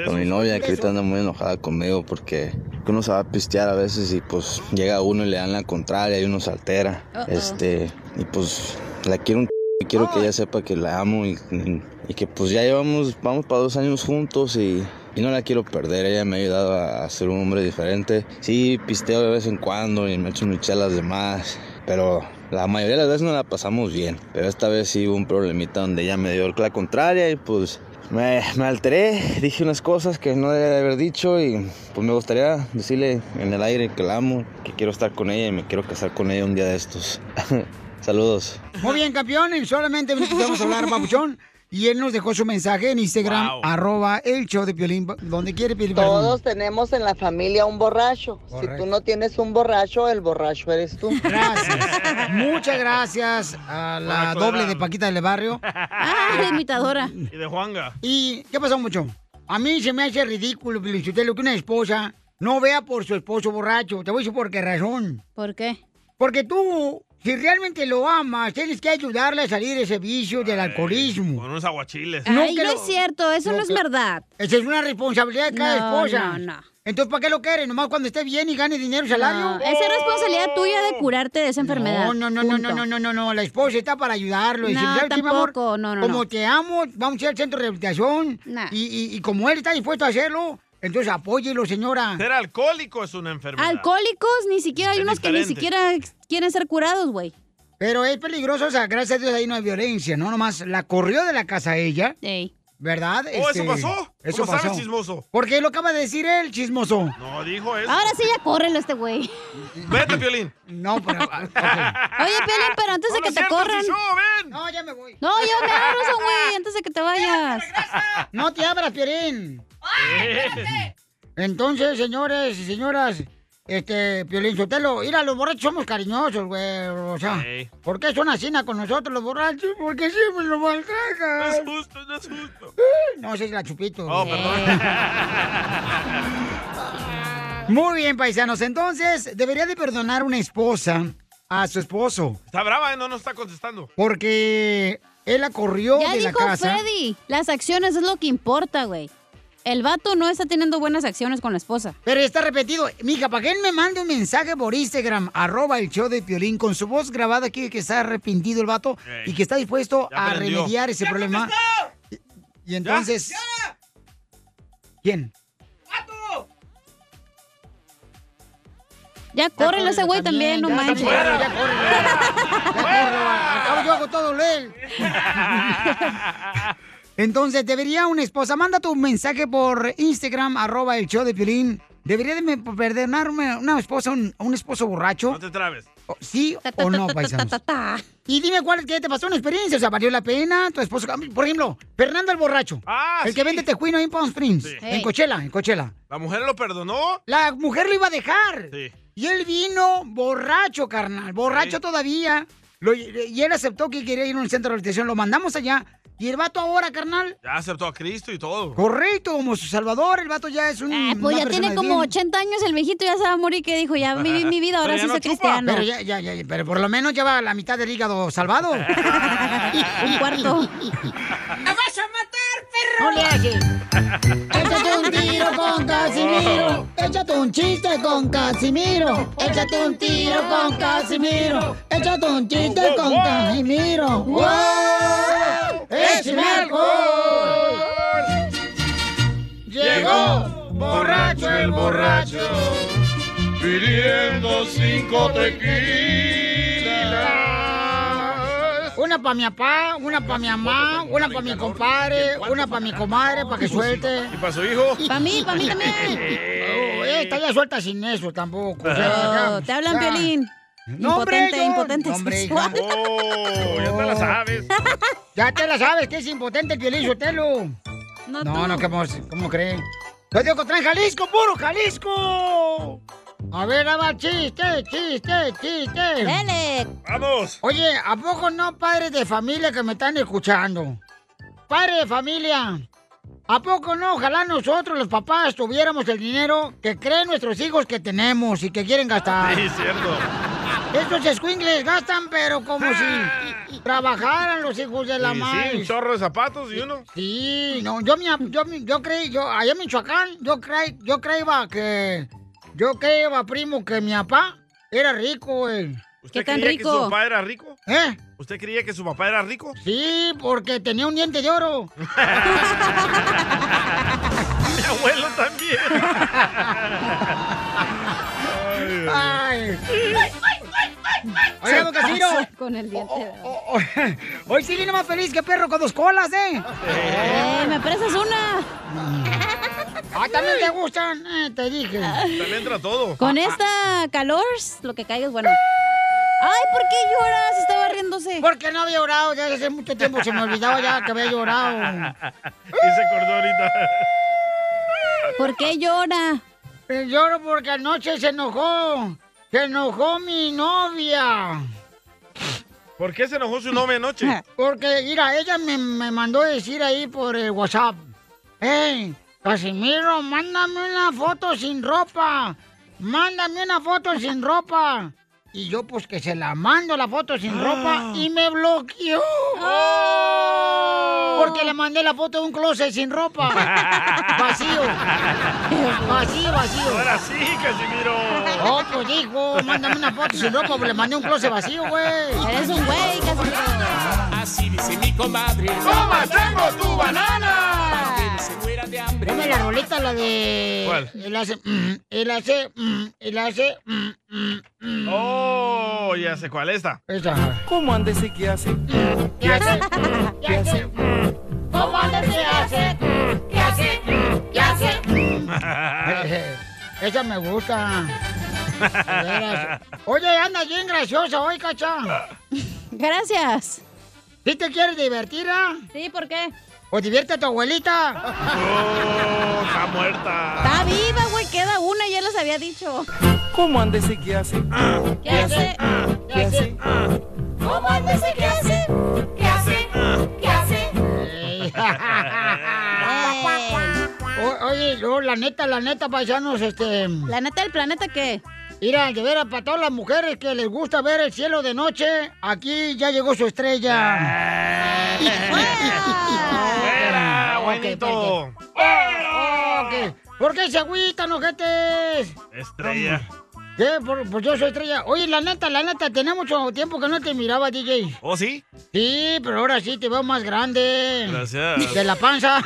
pa' mi novia que ahorita anda muy enojada conmigo porque uno se va a pistear a veces y pues llega uno y le dan la contraria y uno se altera.
Uh-oh.
Este, y pues la quiero un ch- y quiero que ella sepa que la amo y, y- y que pues ya llevamos, vamos para dos años juntos y, y no la quiero perder. Ella me ha ayudado a, a ser un hombre diferente. Sí, pisteo de vez en cuando y me echo mis chelas de más, pero la mayoría de las veces no la pasamos bien. Pero esta vez sí hubo un problemita donde ella me dio la contraria y pues me, me alteré, dije unas cosas que no debería de haber dicho y pues me gustaría decirle en el aire que la amo, que quiero estar con ella y me quiero casar con ella un día de estos. (laughs) Saludos.
Muy bien, campeón. En solamente minutos vamos a hablar, papuchón. Y él nos dejó su mensaje en Instagram, arroba el show de Piolín, donde quiere pedir perdón.
Todos tenemos en la familia un borracho. Si
Correcto.
tú no tienes un borracho, el borracho eres tú.
Gracias. Muchas gracias a la
Borracho
doble
era.
de Paquita del Barrio.
(laughs) Ah, la imitadora.
Y de Juanga.
¿Y qué pasó, mucho? A mí se me hace ridículo, Felicitelo, que una esposa no vea por su esposo borracho. Te voy a decir por qué razón.
¿Por qué?
Porque tú, si realmente lo amas, tienes que ayudarle a salir de ese vicio del alcoholismo.
Eh, Con unos aguachiles.
Ay, no es cierto, eso no es verdad.
Esa es una responsabilidad de cada
No,
esposa.
no, no.
Entonces, ¿para qué lo quieres? Nomás cuando esté bien y gane dinero y salario.
No, esa es responsabilidad tuya de curarte de esa enfermedad.
No, no, no, no, no, no, no, no, no, la esposa está para ayudarlo. y
No,
decir, "¿Sabes qué, mi amor?
tampoco, no, no,
Como
no.
te amo, vamos a ir al centro de rehabilitación. Y, y- y como él está dispuesto a hacerlo, entonces apóyelo, señora.
Ser alcohólico es una enfermedad.
Alcohólicos, ni siquiera hay
Es
unos que ni
diferente.
siquiera quieren ser curados, güey.
Pero es peligroso, o sea, gracias a Dios ahí no hay violencia, ¿no? Nomás la corrió de la casa ella. ¿Verdad?
Oh, ¿eso pasó?
Este, Eso
¿Cómo
pasó.
sabe, chismoso?
Porque lo acaba de decir él, chismoso.
No, dijo eso.
Ahora sí ya córrelo este güey.
Vete, Piolín.
No,
(laughs)
pero... ah,
Oye,
Ah,
Piolín, pero antes de que te corran.
No, ya me voy.
No, yo me abro, son, güey, antes de que te vayas.
No te abras, Piolín. Entonces, señores y señoras, este, Piolín Sotelo, mira, los borrachos somos cariñosos, güey, o sea,
Ey.
¿por qué son así na, con nosotros los borrachos? Porque siempre los maltratan. Eh,
No es justo, no es justo.
No, esa es la chupito.
Oh,
(laughs) Muy bien, paisanos, entonces, debería de perdonar una esposa a su esposo,
Está brava, ¿eh? no nos está contestando.
porque él la corrió
Ya
de la
dijo
casa.
Freddy, las acciones es lo que importa, güey. El vato no está teniendo buenas acciones con la esposa.
Pero está repetido. Mija, para que él me mande un mensaje por Instagram, arroba el show de Piolín, con su voz grabada aquí, que está arrepentido el vato
Ey.
y que está dispuesto
Ya
a
aprendió.
remediar ese
¡Ya
problema. Y, y entonces... ¿Quién?
Ya córrelo ese güey también, Eh, no manches.
Ya
(laughs)
corre, ya corre, al cabo yo hago todo él. Entonces, debería una esposa, manda tu mensaje por Instagram, arroba el show de Piolín. ¿Debería de me- perdonarme una esposa, un, un esposo borracho?
No te trabes.
O- ¿Sí o no, paisanos? Y dime cuál es que te pasó una experiencia, o sea, valió la pena, tu esposo, por ejemplo, Fernando el borracho, el que vende tejuino ahí en Palm Springs, en
Ey.
Cochela, en Cochela.
¿La mujer lo perdonó?
La mujer lo iba a dejar.
Sí.
Y él vino borracho, carnal, borracho todavía. Lo- y él aceptó que quería ir a un centro de rehabilitación, lo mandamos allá. Y el vato ahora, carnal,
Ya aceptó a Cristo y todo.
correcto, como su salvador, el vato ya es un...
Pues ya
una persona
tiene
de
como
bien.
80 años el viejito, ya se va a morir, que dijo, ya viví mi vida, ahora
Pero ya
sí
no
soy
chupa.
cristiano.
Pero ya, ya, ya, ya, pero por lo menos lleva la mitad del
(laughs)
hígado salvado. un
cuarto.
¡La vas a matar, perro! No le haces. Échate un tiro con Casimiro. Échate un chiste con Casimiro. Échate un tiro con Casimiro. Échate un chiste con Casimiro. ¡Wow! ¡Échame alcohol! Llegó borracho el borracho.
Pidiendo cinco tequilas.
una para mi papá, una para mi mamá, una para mi compadre, una para mi comadre, para que suelte.
¿Y para su hijo?
Para mí, para mí también.
(laughs) Oh, esta ya suelta sin eso tampoco. o sea,
Oh,
ya-
te hablan
ya.
violín.
No, hombre,
impotente,
yo-
impotente
no, hombre,
(laughs) sexual.
hija.
Oh, ya te la sabes.
Ya te la sabes que es impotente el violín, Sotelo.
No,
(laughs) no,
tú.
no, ¿cómo, cómo creen? ¡Soy de Ocotlán, Jalisco, puro Jalisco! A ver, ahí va, chiste, chiste, chiste.
¡Dele!
¡Vamos!
Oye, ¿a poco no padres de familia que me están escuchando? Padres de familia, ¿a poco no? Ojalá nosotros, los papás, tuviéramos el dinero que creen nuestros hijos que tenemos y que quieren gastar.
Sí, cierto.
Estos escuingles gastan, pero como
(laughs)
si trabajaran los hijos de la
Y
madre.
sí, un chorro de zapatos y uno.
Sí, no, yo, mi, yo, mi- yo creí, yo, allá en Michoacán, yo creí, yo creí, va, que, yo creí, va, primo, que mi papá era rico, güey.
¿Usted creía que su papá era rico?
¿Eh?
¿Usted creía que su papá era rico?
Sí, porque tenía un diente de oro.
(laughs)
(laughs)
Mi abuelo también.
(laughs) Ay.
Se
Oiga, don Oh, Casimiro,
pasa Con el diente.
hoy sí vino más feliz que perro con dos colas, ¿eh?
Eh, me prestas una.
Ah, también te gustan, eh, te dije. Ah,
También entra todo. Ah,
Con esta calor, lo que caiga es bueno. Ay, ¿por qué lloras? Estaba riéndose.
Porque no había llorado, ya hace mucho tiempo se me olvidaba ya que había llorado.
(laughs) Y se acordó ahorita.
(laughs) ¿Por qué llora?
Pues lloro porque anoche se enojó. Se enojó mi novia.
¿Por qué se enojó su novia anoche?
(laughs) Porque, mira, ella me, me mandó decir ahí por el WhatsApp. ¡Ey, Casimiro, mándame una foto sin ropa! ¡Mándame una foto sin ropa! Y yo, pues, que se la mando la foto
Ah.
sin ropa y me bloqueó.
Oh.
Porque le mandé la foto de un closet
(laughs)
sin ropa. vacío. Vacío, vacío.
Ahora sí, Casimiro.
Oh, pues dijo, mándame una foto sin ropa, pues le mandé un closet vacío, güey.
Eres un güey,
Así dice mi comadre.
¡Toma, chango, tu banana!
Que no se muera de hambre.
Dame la rolita, la de.
¿Cuál?
Él hace. mm, él hace. mm, él hace. mm, mm, mm.
Oh, ya sé cuál esta.
Esa.
¿Cómo anda ese
(laughs)
que hace?
¿Qué hace? ¿Qué hace? ¿Cómo anda ese hace? ¿Qué hace? ¿Qué hace? Esa me gusta. De veras. Oye, anda bien graciosa hoy, cacha.
Gracias.
¿Sí te quieres divertir, ah?
Sí, ¿por qué?
¿O divierte a tu abuelita?
(laughs)
Oh, está muerta.
(laughs) Está viva, güey. Queda una, ya les había dicho.
¿Cómo anda ese que hace?
¿Qué hace?
¿Qué hace?
¿Cómo anda ese qué hace?
¿Qué hace?
¿Qué hace?
O- oye, yo, la neta, la neta, paisanos, este...
¿La neta del planeta qué?
Mira, de veras, para todas las mujeres que les gusta ver el cielo de noche, aquí ya llegó su estrella.
¡Fuera,
Ok,
buenito!
Ok. ¿Por qué se agüitan, ojetes?
Estrella.
¿Qué? Por- Pues yo soy estrella. Oye, la neta, la neta, tenía mucho tiempo que no te miraba, DJ.
¿Oh, sí?
Sí, pero ahora sí te veo más grande.
Gracias.
De
(laughs)
la panza.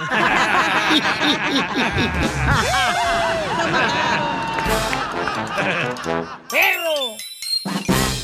¡Perro!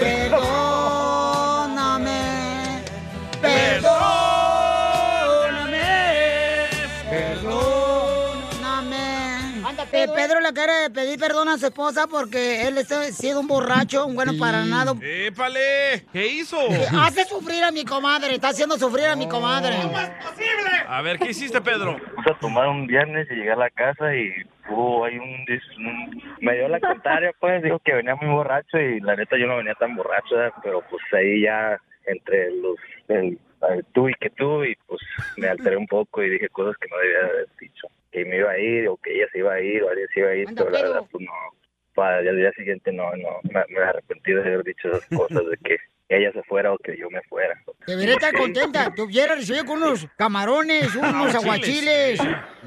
Perdóname. Perdóname. Perdóname. Perdóname. Eh, Pedro le quiere pedir perdón a su esposa porque él ha sido un borracho, un bueno para nada.
¡Épale! ¿Qué hizo?
Hace sufrir a mi comadre, está haciendo sufrir a mi comadre.
A ver, ¿qué hiciste, Pedro?
Vamos a tomar un viernes y llegué a la casa y hubo ahí un, dis- un- Me dio la contraria, pues, dijo que venía muy borracho y la neta yo no venía tan borracho, ¿verdad? pero pues ahí ya entre los el eh, tú y que tú, y pues me alteré un poco y dije cosas que no debía haber dicho. Que me iba a ir, o que ella se iba a ir, o alguien se iba a ir, pero la verdad, pues no. Para el día siguiente, no, no, me, me arrepentí de haber dicho esas cosas, de que ella se fuera o que yo me fuera.
Te veré estar contenta. Te hubiera recibido con unos camarones,
Ah,
unos aguachiles.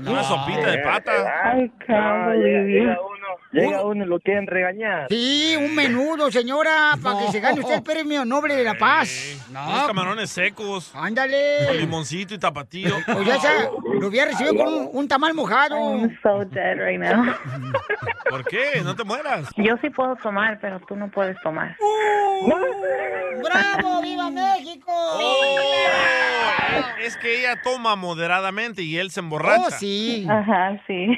Una sopita de pata.
Ay, cabrón.
Ah, llega, llega uno, llega uno y lo quieren regañar.
Sí, un menudo, señora, para que se gane usted el premio Noble de la Paz.
Unos
No,
camarones secos.
Ándale.
Con limoncito y tapatío.
o (laughs) ya sea, lo hubiera recibido con un, un tamal mojado.
so dead right
(laughs)
now.
¿Por qué? No te mueras.
Yo sí puedo tomar, pero tú no puedes tomar.
Uh. ¡Bravo! ¡Viva México!
Oh, Es que ella toma moderadamente y él se emborracha.
Oh,
Ajá, sí.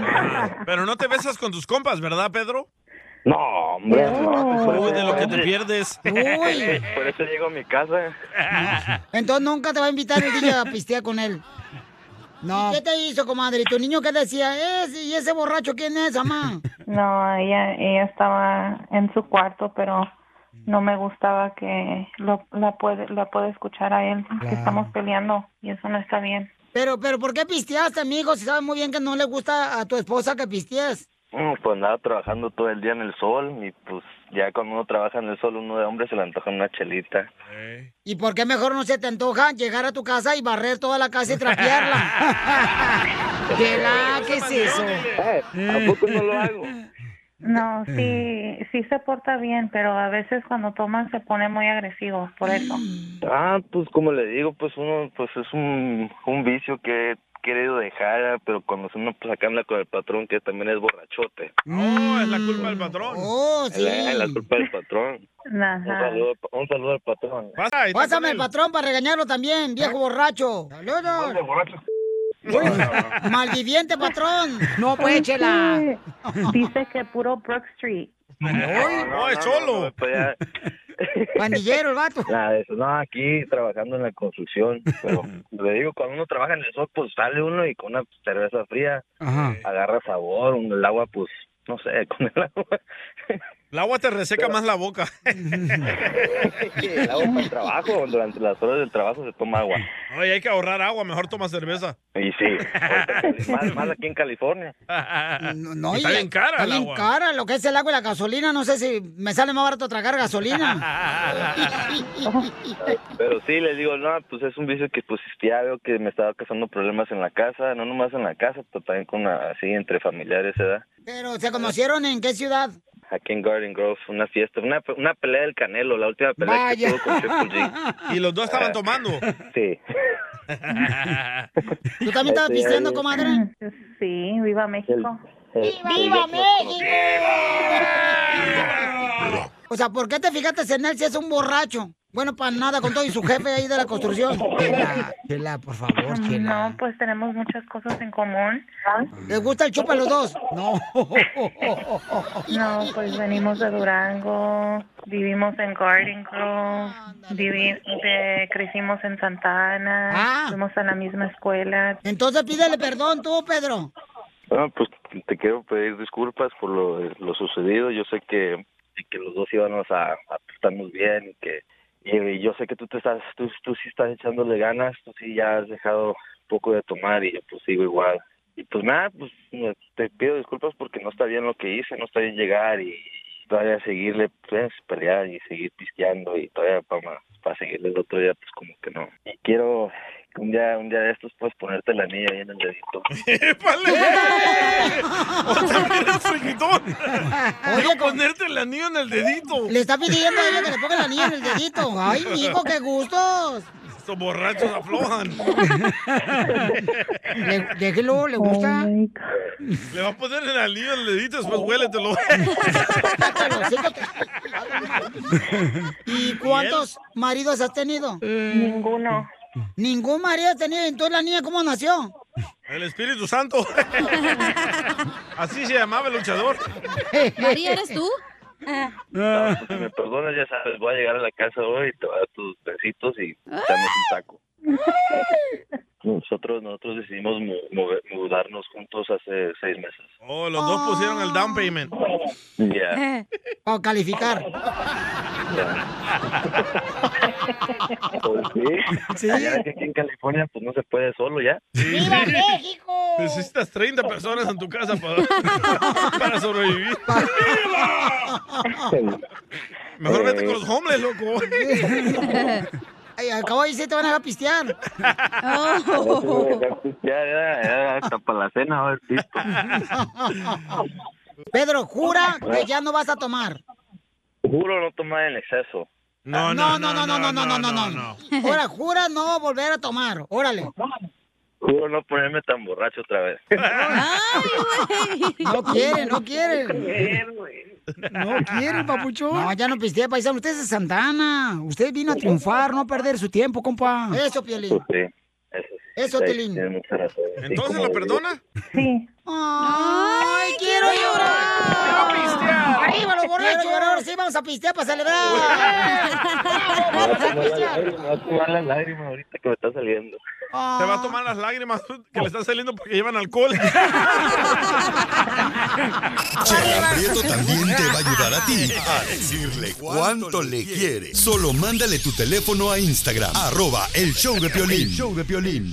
Ah, Pero no te besas con tus compas, ¿verdad, Pedro?
No, hombre, no.
Uy, de lo que te pierdes.
Uy.
Por eso llego a mi casa.
(laughs) Entonces nunca te va a invitar el niño a pistear con él. No. ¿Qué te hizo, comadre? ¿Y tu niño qué decía? ¿Es, ¿Y ese borracho quién es,
(laughs)
mamá?
No, ella, ella estaba en su cuarto, pero no me gustaba que lo, la puede, la puede escuchar a él, que estamos peleando y eso no está bien.
Pero, pero, ¿por qué pisteaste, amigo? Si sabes muy bien que no le gusta a tu esposa que pistees.
Mm, Pues andaba trabajando todo el día en el sol y pues ya cuando uno trabaja en el sol, uno de hombre se le antoja una chelita.
¿Y por qué mejor no se te antoja llegar a tu casa y barrer toda la casa
(laughs)
y trapearla? ¿Qué, la, ¿Qué es eso?
tampoco no lo hago.
No, sí, sí se porta bien, pero a veces cuando toman se pone muy agresivo, por eso.
Ah, pues como le digo, pues uno pues es un, un vicio que he querido dejar, pero cuando uno pues acá anda con el patrón que también es borrachote.
No, es la culpa del patrón.
Oh,
Es la, es la culpa del patrón. Un saludo, un saludo al patrón.
Pásame el patrón para regañarlo también,
¿Eh?
viejo borracho. Saludos. Uy, Malviviente patrón. No, pues, chela.
Dice que puro Brook Street.
No, es solo.
pues, ya,
(laughs) Pandillero el vato.
nada de eso. No, aquí trabajando en la construcción. Pero le digo, cuando uno trabaja en el sol, pues sale uno y con una cerveza fría
Ajá.
agarra sabor. un- El agua, pues, no sé, (laughs) con el agua.
El agua te reseca más la
(laughs)
boca.
El agua para el trabajo. Durante las horas del trabajo se toma agua.
Oye, hay que ahorrar agua, mejor toma cerveza.
Y
(laughs)
sí, ahorita, más, más aquí en California.
No,
está
y-
bien cara
Está
el
bien
agua.
cara lo que es el agua y la gasolina. No sé si me sale más barato
(laughs)
tragar gasolina.
Pero sí, les digo, no, pues es un vicio que pues ya veo que me estaba causando problemas en la casa, no nomás en la casa, pero también con la- así entre familiares, ¿verdad?
Pero, ¿se conocieron en qué ciudad?
Aquí en Garden Grove, una fiesta, una, una pelea del Canelo, la última pelea
Vaya.
que tuvo con Triple G.
(laughs)
Ah,
Y los dos estaban tomando. (laughs)
Sí.
(laughs) ¿Tú también estabas
Ahí estoy,
pisteando,
ahí.
comadre?
(clears throat) Sí, viva México.
¡Viva México! O sea, ¿por qué te fijaste en él si es un borracho? Bueno, para nada, con todo y su jefe ahí de la construcción. Chela, chela, por favor, chela.
No, pues tenemos muchas cosas en común.
¿Les gusta el chupa a los dos? No.
No, pues venimos de Durango, vivimos en Garden Grove,
pues.
vivi- de- crecimos en Santana, fuimos a la misma escuela.
Ah. Entonces pídele perdón tú, Pedro.
No, pues te quiero pedir disculpas por lo, lo sucedido. Yo sé que, que los dos íbamos a, a estarnos bien y que y yo sé que tú te estás, tú, tú sí estás echándole ganas, tú sí ya has dejado un poco de tomar y yo pues sigo igual. Y pues nada, pues me- te pido disculpas porque no está bien lo que hice, no está bien llegar y todavía seguirle, pues pelear y seguir pisteando y todavía para, para seguirle el otro día pues como que no. Y quiero que un día, un día de estos pues ponerte la niña ahí en el
(laughs)
dedito.
Otra vez el friquitón. Quiero ponerte el anillo en el dedito.
Le está pidiendo a ella que le ponga el anillo en el dedito. Ay, mijo, qué gustos.
Estos borrachos aflojan.
Le- déjelo, le gusta.
Le va a poner el anillo en pues, el dedito, después huéletelo.
Oh. ¿Y cuántos maridos has tenido?
Ninguno.
¿Ningún marido has tenido? Entonces la niña, ¿cómo nació?
El Espíritu
(laughs)
Santo. Así se llamaba el luchador.
María, ¿eres tú?
No,
Ah.
pues, si me perdonas, ya sabes, voy a llegar a la casa hoy y te voy a dar tus besitos y
Ah.
echamos un taco. Nosotros, nosotros decidimos mu- mover- mudarnos juntos hace seis meses.
Oh, los dos pusieron el down payment.
Ya.
(laughs) Para calificar.
Pues sí. Ya ves que aquí en California pues no se puede solo ya.
¡Viva México! Necesitas 30 personas en tu casa para, (laughs) para sobrevivir. Mejor vete con los homeless, loco.
Ay, al cabo ahí se te van a dejar pistear.
Oh. Ya, ya, ya, hasta para la cena va a haber pisto.
Pedro, jura que ya no vas a tomar.
Juro no tomar en exceso.
No,
No, no, no, no, no, no, no, no. Ahora, jura no volver a tomar. Órale.
Juro no ponerme tan borracho otra vez.
Ah, No quieren, no quieren. No quieren, papuchón. No, ya no pistea, paisano. Usted es de Santana. Usted vino a triunfar, no a perder su tiempo, compa. Eso, Piolín.
Pues sí, eso sí.
Eso,
Sí,
Tilín.
tiene mucha razón. Sí,
¿Entonces
como
lo
digo.
perdona?
¡Ay, quiero llorar! ¡Arriba los borrachos! Ahora sí vamos a pistear para celebrar.
Me va a tomar las lágrimas, me va a tomar las lágrimas ahorita que me está saliendo.
Te
Ah.
va a tomar las lágrimas que
Oh.
le están saliendo porque llevan
(laughs)
alcohol.
Chela Prieto también te va a ayudar a ti a decirle cuánto le quiere. Solo mándale tu teléfono a Instagram, arroba el show de Piolín.
El
show de Piolín.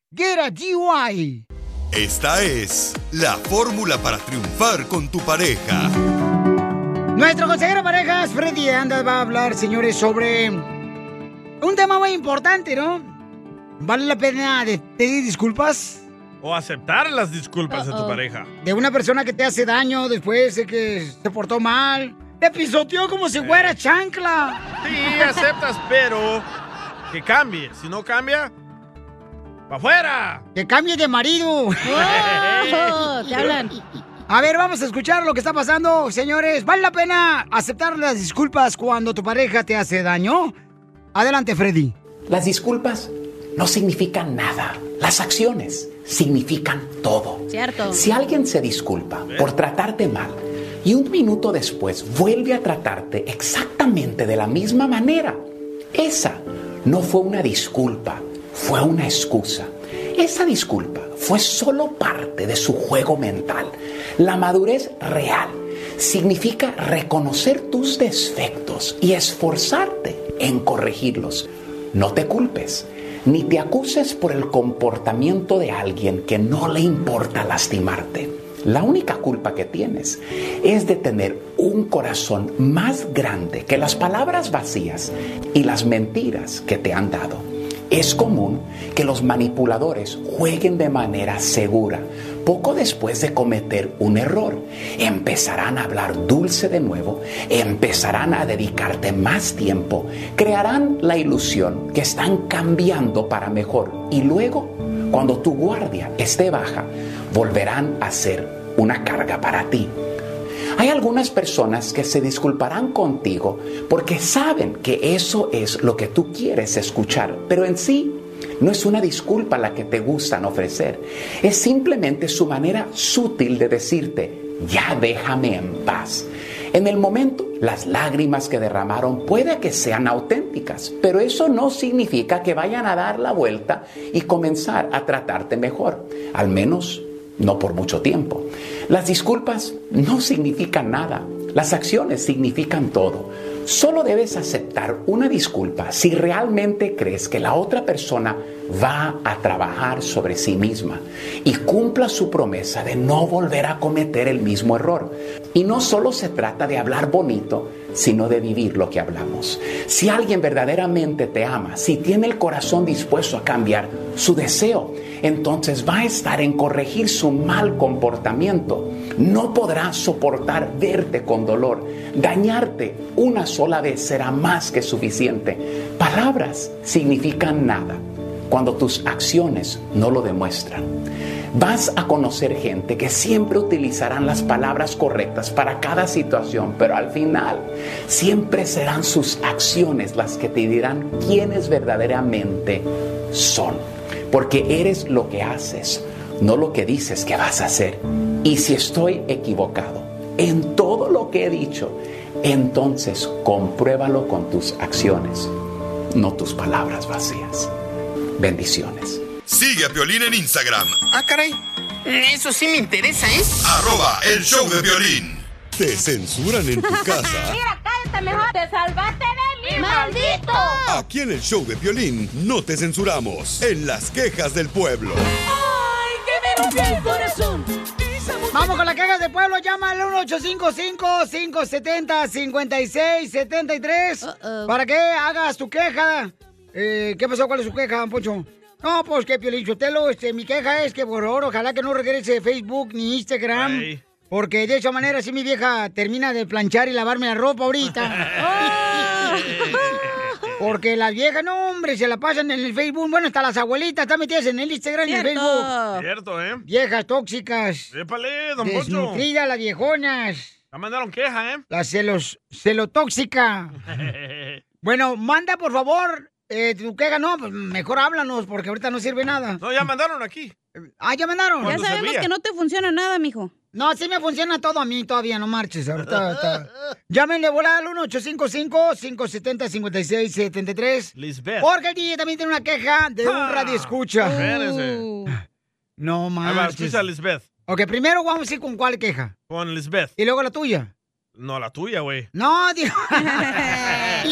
get a DUI.
Esta es la fórmula para triunfar con tu pareja.
Nuestro consejero de parejas, Freddy Andas, va a hablar, señores, sobre un tema muy importante, ¿no? ¿Vale la pena de pedir disculpas
O aceptar las disculpas de tu pareja.
de una persona que te hace daño después de que se portó mal? Te pisoteó como
Eh.
si fuera chancla.
Sí, aceptas, pero que cambie. Si no cambia, ¡pa' afuera!
Que cambie de marido. (laughs)
¡Oh! Te hablan.
A ver, vamos a escuchar lo que está pasando, señores. ¿Vale la pena aceptar las disculpas cuando tu pareja te hace daño? Adelante, Freddy.
Las disculpas no significan nada. Las acciones significan todo.
Cierto.
Si alguien se disculpa por tratarte mal y un minuto después vuelve a tratarte exactamente de la misma manera, esa no fue una disculpa, fue una excusa. Esa disculpa fue solo parte de su juego mental. La madurez real significa reconocer tus defectos y esforzarte en corregirlos. No te culpes, ni te acuses por el comportamiento de alguien que no le importa lastimarte. La única culpa que tienes es de tener un corazón más grande que las palabras vacías y las mentiras que te han dado. Es común que los manipuladores jueguen de manera segura. Poco después de cometer un error, empezarán a hablar dulce de nuevo, empezarán a dedicarte más tiempo, crearán la ilusión que están cambiando para mejor y luego, cuando tu guardia esté baja, volverán a ser una carga para ti. Hay algunas personas que se disculparán contigo porque saben que eso es lo que tú quieres escuchar, pero en sí no es una disculpa la que te gustan ofrecer. Es simplemente su manera sutil de decirte, ya déjame en paz. En el momento, las lágrimas que derramaron puede que sean auténticas, pero eso no significa que vayan a dar la vuelta y comenzar a tratarte mejor, al menos no por mucho tiempo. Las disculpas no significan nada, las acciones significan todo. Solo debes aceptar una disculpa si realmente crees que la otra persona va a trabajar sobre sí misma y cumpla su promesa de no volver a cometer el mismo error. Y no solo se trata de hablar bonito, sino de vivir lo que hablamos. Si alguien verdaderamente te ama, si tiene el corazón dispuesto a cambiar su deseo, entonces va a estar en corregir su mal comportamiento. No podrá soportar verte con dolor. Dañarte una sola vez será más que suficiente. Palabras significan nada cuando tus acciones no lo demuestran. Vas a conocer gente que siempre utilizarán las palabras correctas para cada situación, pero al final siempre serán sus acciones las que te dirán quiénes verdaderamente son. Porque eres lo que haces, no lo que dices que vas a hacer. Y si estoy equivocado en todo lo que he dicho, entonces compruébalo con tus acciones, no tus palabras vacías. Bendiciones.
Sigue a Piolín en Instagram,
Ah, caray. Eso sí me interesa, ¿eh?
arroba el show de violín. ¿Te censuran en (laughs) tu casa?
cállate mejor. Te salvaste de mí, maldito.
Aquí en el show de violín no te censuramos. En las quejas del pueblo.
Ay, que me rompió el corazón.
Vamos con las quejas del pueblo, llama al
Uh,
1855-570-5673 para que hagas tu queja. Eh, ¿Qué pasó? ¿Cuál es su queja, don Poncho? No, pues que Piolín Sotelo, este, mi queja es que por favor, ojalá que no regrese Facebook ni Instagram.
Ey.
Porque de esa manera si mi vieja termina de planchar y lavarme la ropa
(laughs)
ahorita. Porque las viejas, no, hombre, se la pasan en el Facebook. Bueno, hasta las abuelitas están metidas en el Instagram y el Facebook.
Cierto, ¿eh?
Viejas tóxicas.
Épale, don Poncho.
Desnutridas las viejonas.
Ya mandaron queja, ¿eh?
La celos, celotóxica. Bueno, manda por favor eh, tu queja. No, pues mejor háblanos porque ahorita no sirve nada.
No, ya mandaron aquí.
Ah, ya mandaron.
Ya sabemos que no te funciona nada, mijo.
No, sí me funciona todo a mí todavía, no marches. Ahorita está. Llámenle volar al 1855-570-5673.
Lisbeth. Ah.
Porque el DJ también tiene una queja de un radio escucha.
Espérese.
No
Ahí va,
marches.
escucha a Lisbeth.
Ok, primero Ah, vamos a ir con cuál queja.
Con Lisbeth.
Y luego la tuya.
No, la tuya, güey.
No, Dios.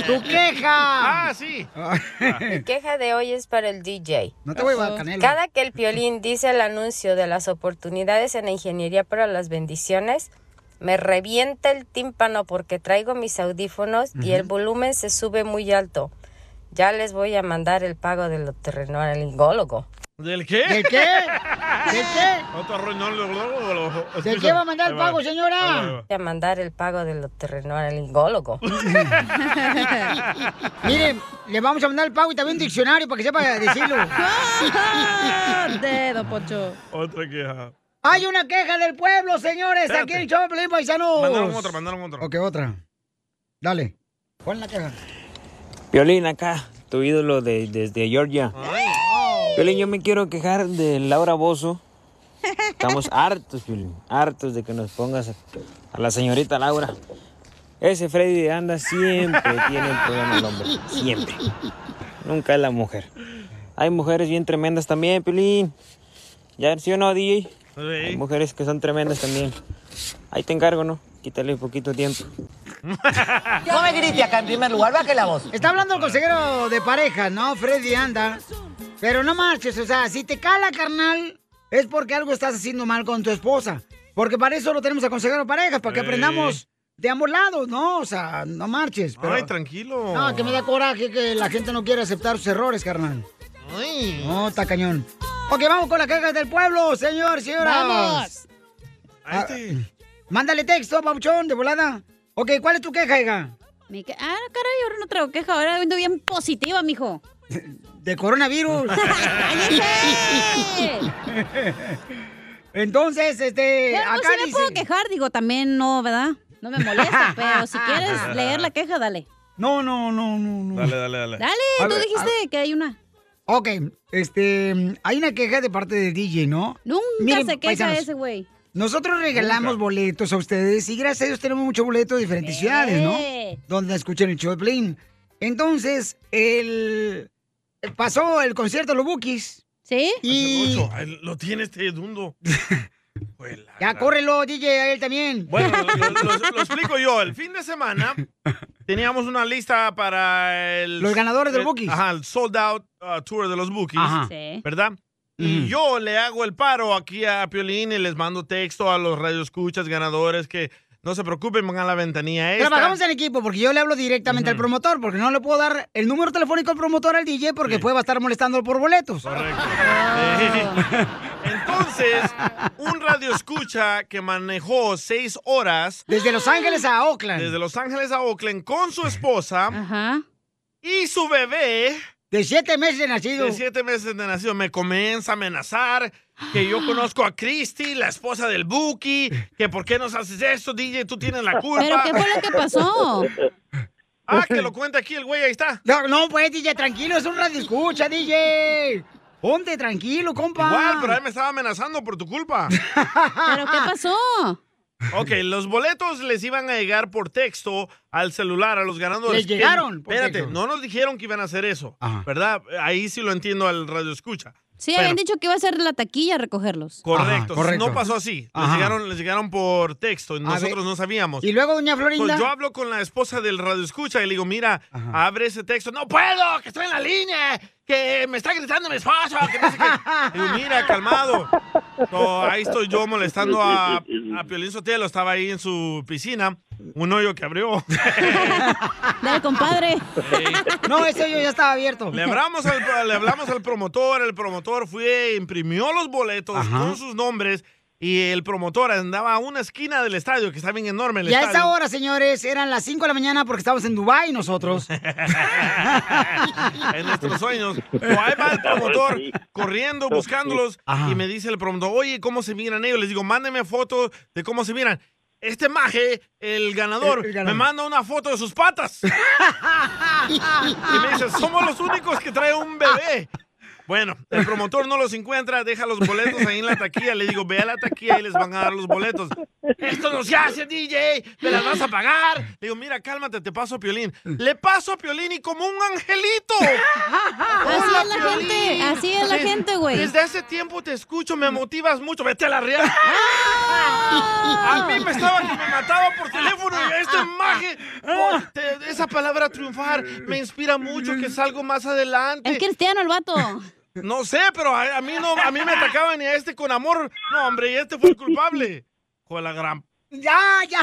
tu queja.
Ah, sí. Ah.
Mi queja de hoy es para el DJ.
No te voy a dar canela.
Cada que el piolín dice el anuncio de las oportunidades en la ingeniería para las bendiciones, me revienta el tímpano porque traigo mis audífonos y el
Ujú.
volumen se sube muy alto. Ya les voy a mandar el pago del otorrinolaringólogo.
¿Del qué?
¿Del qué?
¿Del qué?
Otro arruinó el- Escucha.
¿De
Ahí ahí va, ahí va.
Voy a mandar el pago
(laughs)
del otorrinolaringólogo.
Miren, le vamos a mandar el pago y también un diccionario para que sepa decirlo.
(laughs) Dedo, Pocho.
Otra queja.
Hay una queja del pueblo, señores. Aquí en el show, de Pelín Paisanos.
Mandaron otra, mandaron otra.
Ok, otra. Dale. Pon la queja.
Violín acá, tu ídolo de- desde Georgia. Violín, yo me quiero quejar de Laura Bozo. Estamos hartos, Violín, hartos de que nos pongas a, a la señorita Laura. Ese Freddy de Anda siempre tiene el problema el hombre, siempre. Nunca es la mujer. Hay mujeres bien tremendas también, Violín. ¿Ya sí o no, DJ? Hay mujeres que son tremendas también. Ahí te encargo, ¿no? Quítale poquito tiempo.
No me grite acá en primer lugar, baje la voz. Está hablando el consejero de pareja, ¿no? Freddy anda. Pero no marches, o sea, si te cala, carnal, es porque algo estás haciendo mal con tu esposa. Porque para eso lo tenemos a consejero de pareja, para que
Sí.
aprendamos de ambos lados, ¿no? O sea, no marches. Pero...
Ay, tranquilo.
Ah. No, que me da coraje que la gente no quiere aceptar sus errores, carnal. No, está cañón. Ok, vamos con las quejas del pueblo, señor, señora.
Vamos.
Ah, mándale texto, Pauchón, de volada. Ok, ¿cuál es tu queja, hija?
Mi que- Ah, caray, ahora no traigo queja. Ahora ando bien positiva, mijo.
De coronavirus. (laughs) Entonces, este,
Pero
acá
no, sí me
dice-
puedo quejar, digo, también no, ¿verdad? No me
(laughs)
molesta, pero si quieres leer la queja, dale.
No, no, no, no, no.
Dale, dale, dale.
Dale,
A
tú
ver,
dijiste que hay una.
Ok, este, hay una queja de parte de DJ, ¿no?
Nunca
Miren,
se queja
paisanos,
ese güey.
Nosotros regalamos boletos a ustedes y gracias a Dios tenemos muchos boletos de diferentes ciudades, ¿no?
Eh.
Donde escuchan el show de Plin. Entonces, el... pasó el concierto de los Bookies.
¿Sí?
Y...
Ocho, ay, lo tiene este dundo.
Ya, córrelo, DJ, a él también.
Bueno, lo, lo- lo- lo explico yo. El fin de semana teníamos una lista para el...
Los ganadores del
el-
Bookies.
Ajá, el sold out uh, tour de los Bookies.
Ajá. Sí.
¿Verdad? Y yo le hago el paro aquí a Piolín y les mando texto a los radioescuchas ganadores que no se preocupen, van a la ventanilla esta.
Trabajamos en equipo porque yo le hablo directamente al promotor porque no le puedo dar el número telefónico al promotor al DJ porque después va a estar molestándolo por boletos.
Correcto.
Oh.
Eh, (laughs) Entonces, un radio escucha que manejó seis horas.
Desde Los Ángeles a Oakland.
Desde Los Ángeles a Oakland con su esposa. Y su bebé.
De siete meses de nacido.
De siete meses de nacido. Me comienza a amenazar que yo conozco a Christy, la esposa del Buki, que por qué nos haces esto, DJ, tú tienes la culpa.
¿Pero qué fue lo que pasó?
Ah, que lo cuenta aquí el güey, ahí está.
No, no, pues, DJ, tranquilo, es un radio escucha, DJ. Ponte tranquilo, compa.
Igual, pero él me estaba amenazando por tu
(laughs)
culpa.
¿Pero qué pasó?
Ok, los boletos les iban a llegar por texto al celular a los ganadores.
Les llegaron por
Espérate,
texto.
no nos dijeron que iban a hacer eso, ¿verdad? Ahí sí lo entiendo al radio escucha.
Sí, habían dicho que iba a ser la taquilla a recogerlos.
Correcto,
Ajá, correcto.
no pasó así. Les
Ajá.
llegaron, les llegaron por texto y
A
nosotros
ver.
no sabíamos.
Y luego, doña Florinda.
Pues yo hablo con la esposa del radio escucha y le digo, mira, abre ese texto. No (laughs) puedo, que estoy en la línea, que me está gritando mi esposo, que no sé
(laughs)
qué. Le digo, mira, calmado. So, ahí estoy yo molestando a, a Piolín Sotelo, estaba ahí en su piscina, un hoyo que abrió.
Dale, compadre.
(laughs) No, ese hoyo ya estaba abierto.
Le hablamos al, le hablamos al promotor, el promotor fue, imprimió los boletos
Ajá.
con sus nombres y el promotor andaba a una esquina del estadio, que está bien enorme el
Y a
estadio.
esa hora, señores, eran las 5 de la mañana porque estábamos en Dubái nosotros.
en nuestros sueños. O ahí va el promotor corriendo, buscándolos. Y me dice el promotor, oye, ¿cómo se miran ellos? Les digo, mándeme fotos de cómo se miran. Este maje, el ganador,
El- el ganador.
me manda una foto de sus patas. y me dice, somos los únicos que trae un bebé. Bueno, el promotor no los encuentra, deja los boletos ahí en la taquilla. Le digo, ve a la taquilla y les van a dar los boletos. Esto no se hace, DJ, me las vas a pagar. Le digo, mira, cálmate, te paso a Piolín. Le paso a Piolín y como un angelito.
(laughs) Así
Hola,
es la
Piolín.
gente, así es la
Des-
gente, güey.
Desde hace tiempo te escucho, me motivas mucho. Vete a la real.
Ah.
A mí me estaba que me mataba por teléfono y a esta imagen. oh, te- esa palabra triunfar me inspira mucho que salgo más adelante.
Es cristiano el vato.
No sé, pero a, a mí no, a mí me atacaban y a este con amor. No, hombre, y este fue el culpable. Con la gran.
¡Ya, ya!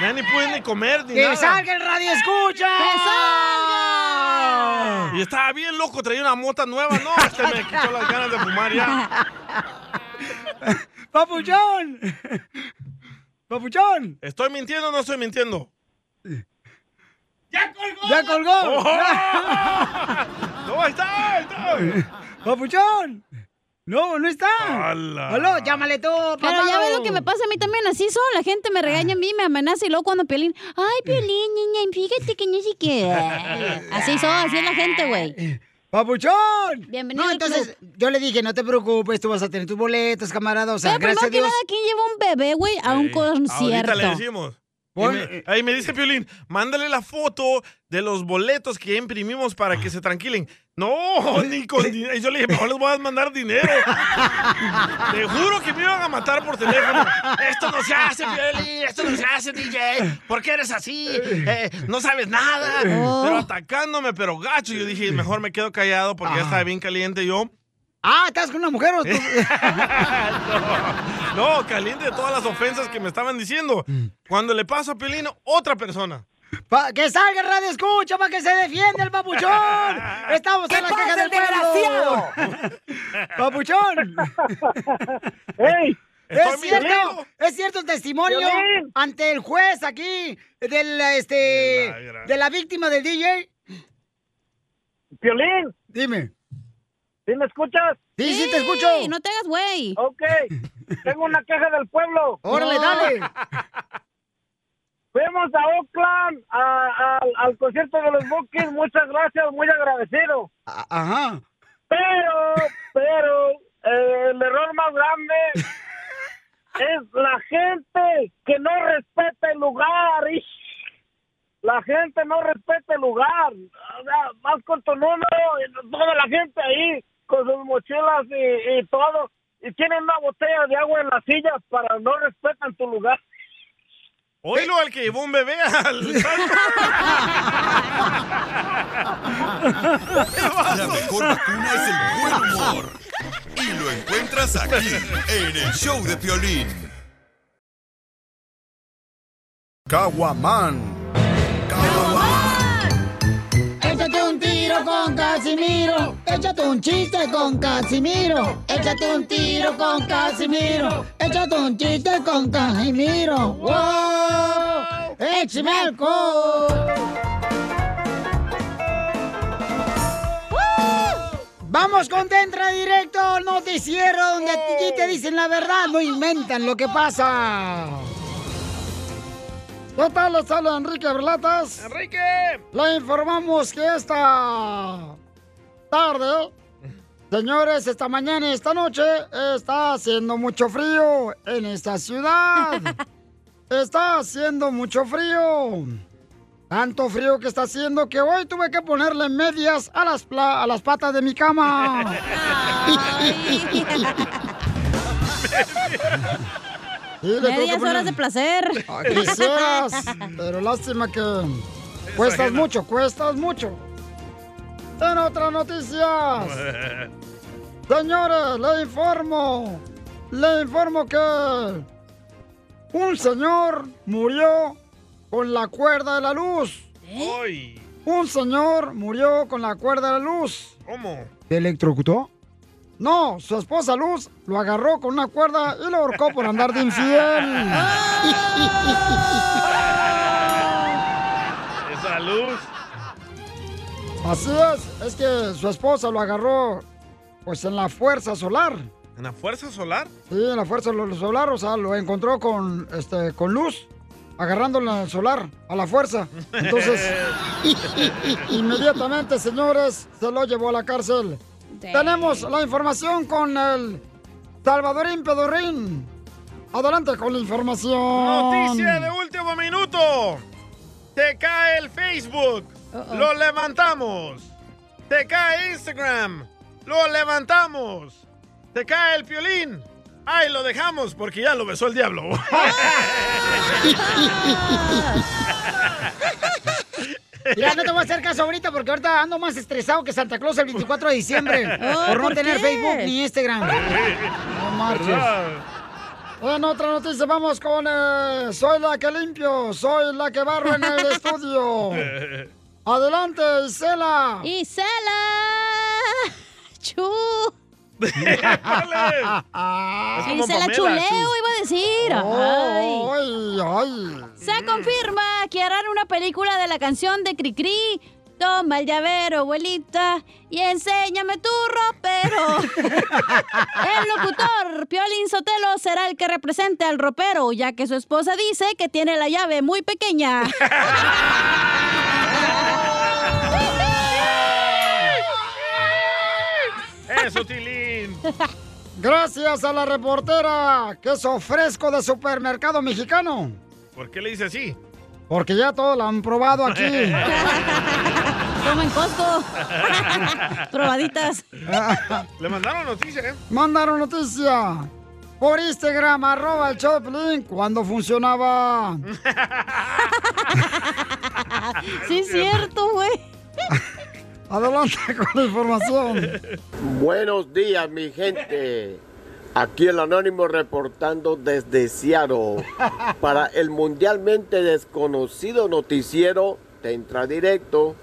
Ya ni pude ni comer ni
¡Que
nada.
salga el radio escucha! ¡Que salga!
Y estaba bien loco, traía una mota nueva. No, este me quitó las ganas de fumar ya.
(laughs) ¡Papuchón! ¡Papuchón!
¿Estoy mintiendo o no estoy mintiendo?
¡Ya colgó!
(laughs) ¡Oh!
(laughs)
¡No está! ahí está!
¡Papuchón! No, no está.
¡Hala!
Aló, llámale tú, papá.
Pero ya ves lo que me pasa a mí también, así son, la gente me regaña a mí, me amenaza y luego cuando Piolín, ay, Piolín, niña, fíjate que ni
(laughs)
siquiera. (laughs) Así son, así es la gente, güey.
¡Papuchón!
Bienvenido
No,
al
entonces yo le dije, no te preocupes, tú vas a tener tus boletos, camarada. O sea,
Pero primero
gracias a
que
Dios.
nada, ¿quién lleva un bebé, güey, a un concierto?
Ahorita le decimos. Y
Pon-
me- ahí me dice Piolín, mándale la foto de los boletos que ya imprimimos para que se tranquilen. No, ni con dinero. Y yo le dije, mejor les voy a mandar dinero. Te juro que me iban a matar por teléfono. Esto no se hace, Piolín. Esto no se hace, DJ. ¿Por qué eres así? Eh, no sabes nada.
Oh.
Pero atacándome, pero gacho. Yo dije, mejor me quedo callado porque ya estaba bien caliente yo.
Ah, ¿estás con una mujer o tú?
(laughs) No, caliente de todas las ofensas que me estaban diciendo.
Mm.
Cuando le paso a Piolín, otra persona.
Pa- ¡Que salga el radio escucha para que se defienda el papuchón! ¡Estamos en la caja del pueblo!
(laughs)
¡Papuchón!
¡Ey!
¿Es cierto? ¿Es cierto el testimonio
Violín.
ante el juez aquí del, este, de la víctima del DJ?
Piolín.
Dime.
¿Sí me escuchas?
Sí, sí, te escucho.
No te hagas güey.
(laughs)
Ok. Tengo una queja del pueblo.
Órale, No. dale.
Fuimos a Oakland a- a- al concierto de los Bookies. Muchas gracias, muy agradecido.
Ajá.
Pero, pero, eh, el error más grande es la gente que no respeta el lugar. Ish. La gente no respeta el lugar. O sea, Vas con tu número, y toda la gente ahí con sus mochilas y, y todo. Y tienen una botella de agua en las sillas para no respetan tu lugar.
Oílo al que llevó un bebé al
(laughs)
La mejor vacuna es el buen humor. Y lo encuentras aquí, en el show de Piolín.
Caguaman.
Échate un tiro con Casimiro. Échate un chiste con Casimiro. Échate un tiro con Casimiro. Échate un chiste con Casimiro. ¡Wow! ¡Échame
(laughs)
(laughs)
alcohol!
Vamos con Tentra Directo Noticiero, donde a ti te dicen la verdad, no inventan lo que pasa. ¿Qué tal? Les habla Enrique Berlatas.
¡Enrique!
Le informamos que esta tarde, señores, esta mañana y esta noche está haciendo mucho frío en esta ciudad. Está haciendo mucho frío. Tanto frío que está haciendo que hoy tuve que ponerle medias a las, pla- a las patas de mi cama. (laughs) Sí, le tuve que
Medias
poner-
horas de
(laughs)
placer.
Ah, Quisieras, pero lástima que cuestas
ajena.
mucho, cuestas mucho. En otras noticias, señores, le informo, le informo que un señor murió con la cuerda de la luz.
Hoy.
Un señor murió con la cuerda de la luz.
¿Cómo?
¿Te electrocutó? No, su esposa Luz lo agarró con una cuerda y lo ahorcó por andar
(laughs)
de infiel.
Esa luz.
Así es, es que su esposa lo agarró pues en la fuerza solar.
¿En la fuerza solar?
Sí, en la fuerza lo- solar, o sea, lo encontró con este con luz, agarrándolo en el solar, a la fuerza. Entonces, inmediatamente, señores, se lo llevó a la cárcel. Tenemos la información con el Salvadorín Pedorrín. Adelante con la información.
Noticia de último minuto. Te cae el Facebook. Lo levantamos. Te cae Instagram. Lo levantamos. Te cae el piolín. Ahí lo dejamos porque ya lo besó el diablo.
Mira, no te voy a hacer caso ahorita porque ahorita ando más estresado que Santa Claus el 24 de diciembre
(laughs) Oh,
por no
¿por
tener
qué?
Facebook ni Instagram. No marches. En otra noticia vamos con eh, Soy la que limpio, soy la que barro en el estudio. Adelante, Isela.
Isela.
(laughs)
Chu.
como
Isela
Pamela,
Chuleo
Chu.
iba a decir.
Oh,
Se confirma que harán una película de la canción de Cricri. Toma el llavero, abuelita, y enséñame tu ropero. El locutor Piolín Sotelo será el que represente al ropero, ya que su esposa dice que tiene la llave muy pequeña.
Eso, Tilín.
(laughs) Gracias a la reportera que es ofrezco de supermercado mexicano.
¿Por qué le dice así?
Porque ya todo lo han probado (laughs) aquí.
Como en Costco. (laughs) (laughs)
(laughs)
(laughs)
Probaditas.
Le mandaron noticia, ¿eh?
Mandaron noticia por Instagram, arroba el Choplin, cuando funcionaba.
(laughs) sí, es cierto, güey.
Adelante con la información.
Buenos días, mi gente. Aquí el Anónimo reportando desde Seattle para el mundialmente desconocido noticiero Te entra Directo.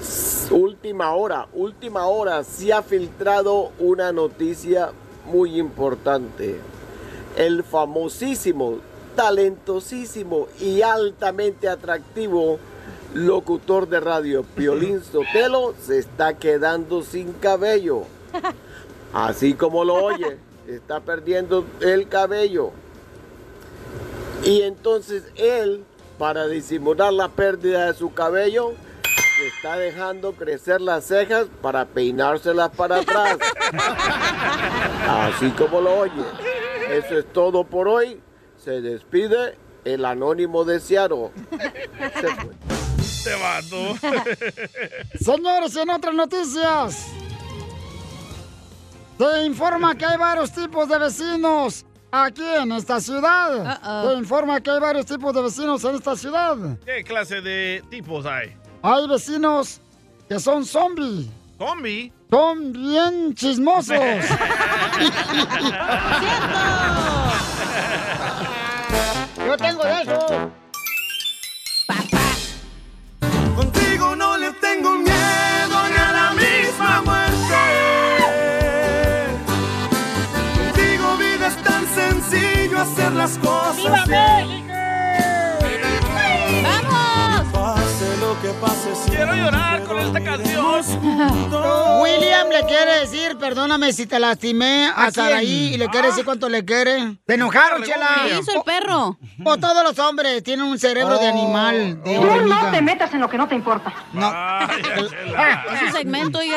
S- Última hora, última hora, se ha filtrado una noticia muy importante. El famosísimo, talentosísimo y altamente atractivo locutor de radio Piolín Sotelo se está quedando sin cabello. Así como lo oye, está perdiendo el cabello. Y entonces él, para disimular la pérdida de su cabello, se está dejando crecer las cejas para peinárselas para atrás. Así como lo oye. Eso es todo por hoy. Se despide el anónimo de Seattle.
Te vato.
(laughs) Señores, en otras noticias. Se informa que hay varios tipos de vecinos aquí en esta ciudad. Se informa que hay varios tipos de vecinos en esta ciudad.
¿Qué clase de tipos hay?
Hay vecinos que son zombies.
(laughs)
¿Zombie?
Son bien chismosos. (laughs) Yo tengo de eso.
Contigo no le tengo miedo ni a la misma muerte. Contigo vida es tan sencillo hacer las cosas.
¡Viva
bien. ¡Vamos! Pase lo
que pase Quiero
llorar con esta canción.
William le quiere decir, perdóname si te lastimé a
quién?
Saraí y le quiere decir cuánto le quiere. Te enojaron,
¿Qué
chela.
hizo
el perro? O todos los hombres tienen un cerebro de animal.
Tú no te
metas en lo que no Oh. te importa. No.
Es un segmento, oiga.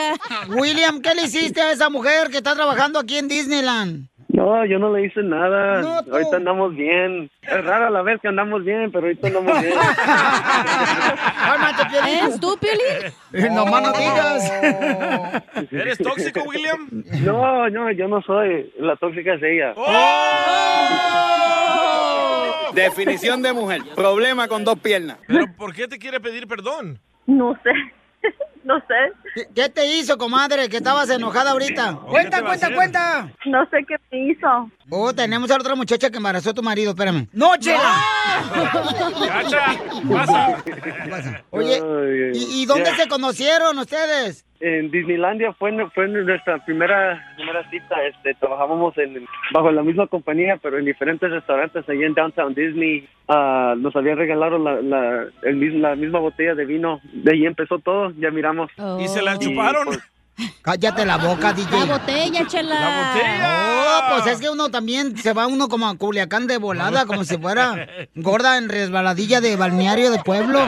William, ¿qué le hiciste a esa mujer que está trabajando aquí en Disneyland?
No, yo no le hice nada.
No, tú.
ahorita andamos bien. Es rara la vez que andamos bien, pero ahorita andamos bien.
Cálmate,
¿Es tú,
(laughs)
Piolín?
Nomás (laughs)
(laughs)
no digas.
(laughs) ¿Eres tóxico, William? No, no, yo no soy. La tóxica es ella.
¡Oh!
Definición de mujer. Problema con dos piernas.
¿Por qué te quiere pedir perdón?
No sé. (laughs) No sé. ¿Qué, qué te hizo, comadre? Que estabas enojada ahorita. Cuenta, cuenta, cuenta. No sé qué te hizo. Oh, tenemos a la otra muchacha que embarazó a tu marido, espérame. ¡No, chela!
pasa.
Oye,
Ay,
¿Y, y dónde
ya.
se conocieron ustedes?
En Disneylandia fue, fue nuestra primera primera cita. Este, trabajábamos en, bajo la misma compañía, pero en diferentes restaurantes allí en Downtown Disney. Ah, nos habían regalado la, la, el mis- la misma botella de vino. De ahí empezó todo, ya miramos.
¿Y se la chuparon?
pues,
Cállate la boca, DJ.
La botella, chela.
La No, pues es que uno también se va uno como a Culiacán de volada, como si fuera gorda en resbaladilla de balneario de pueblo.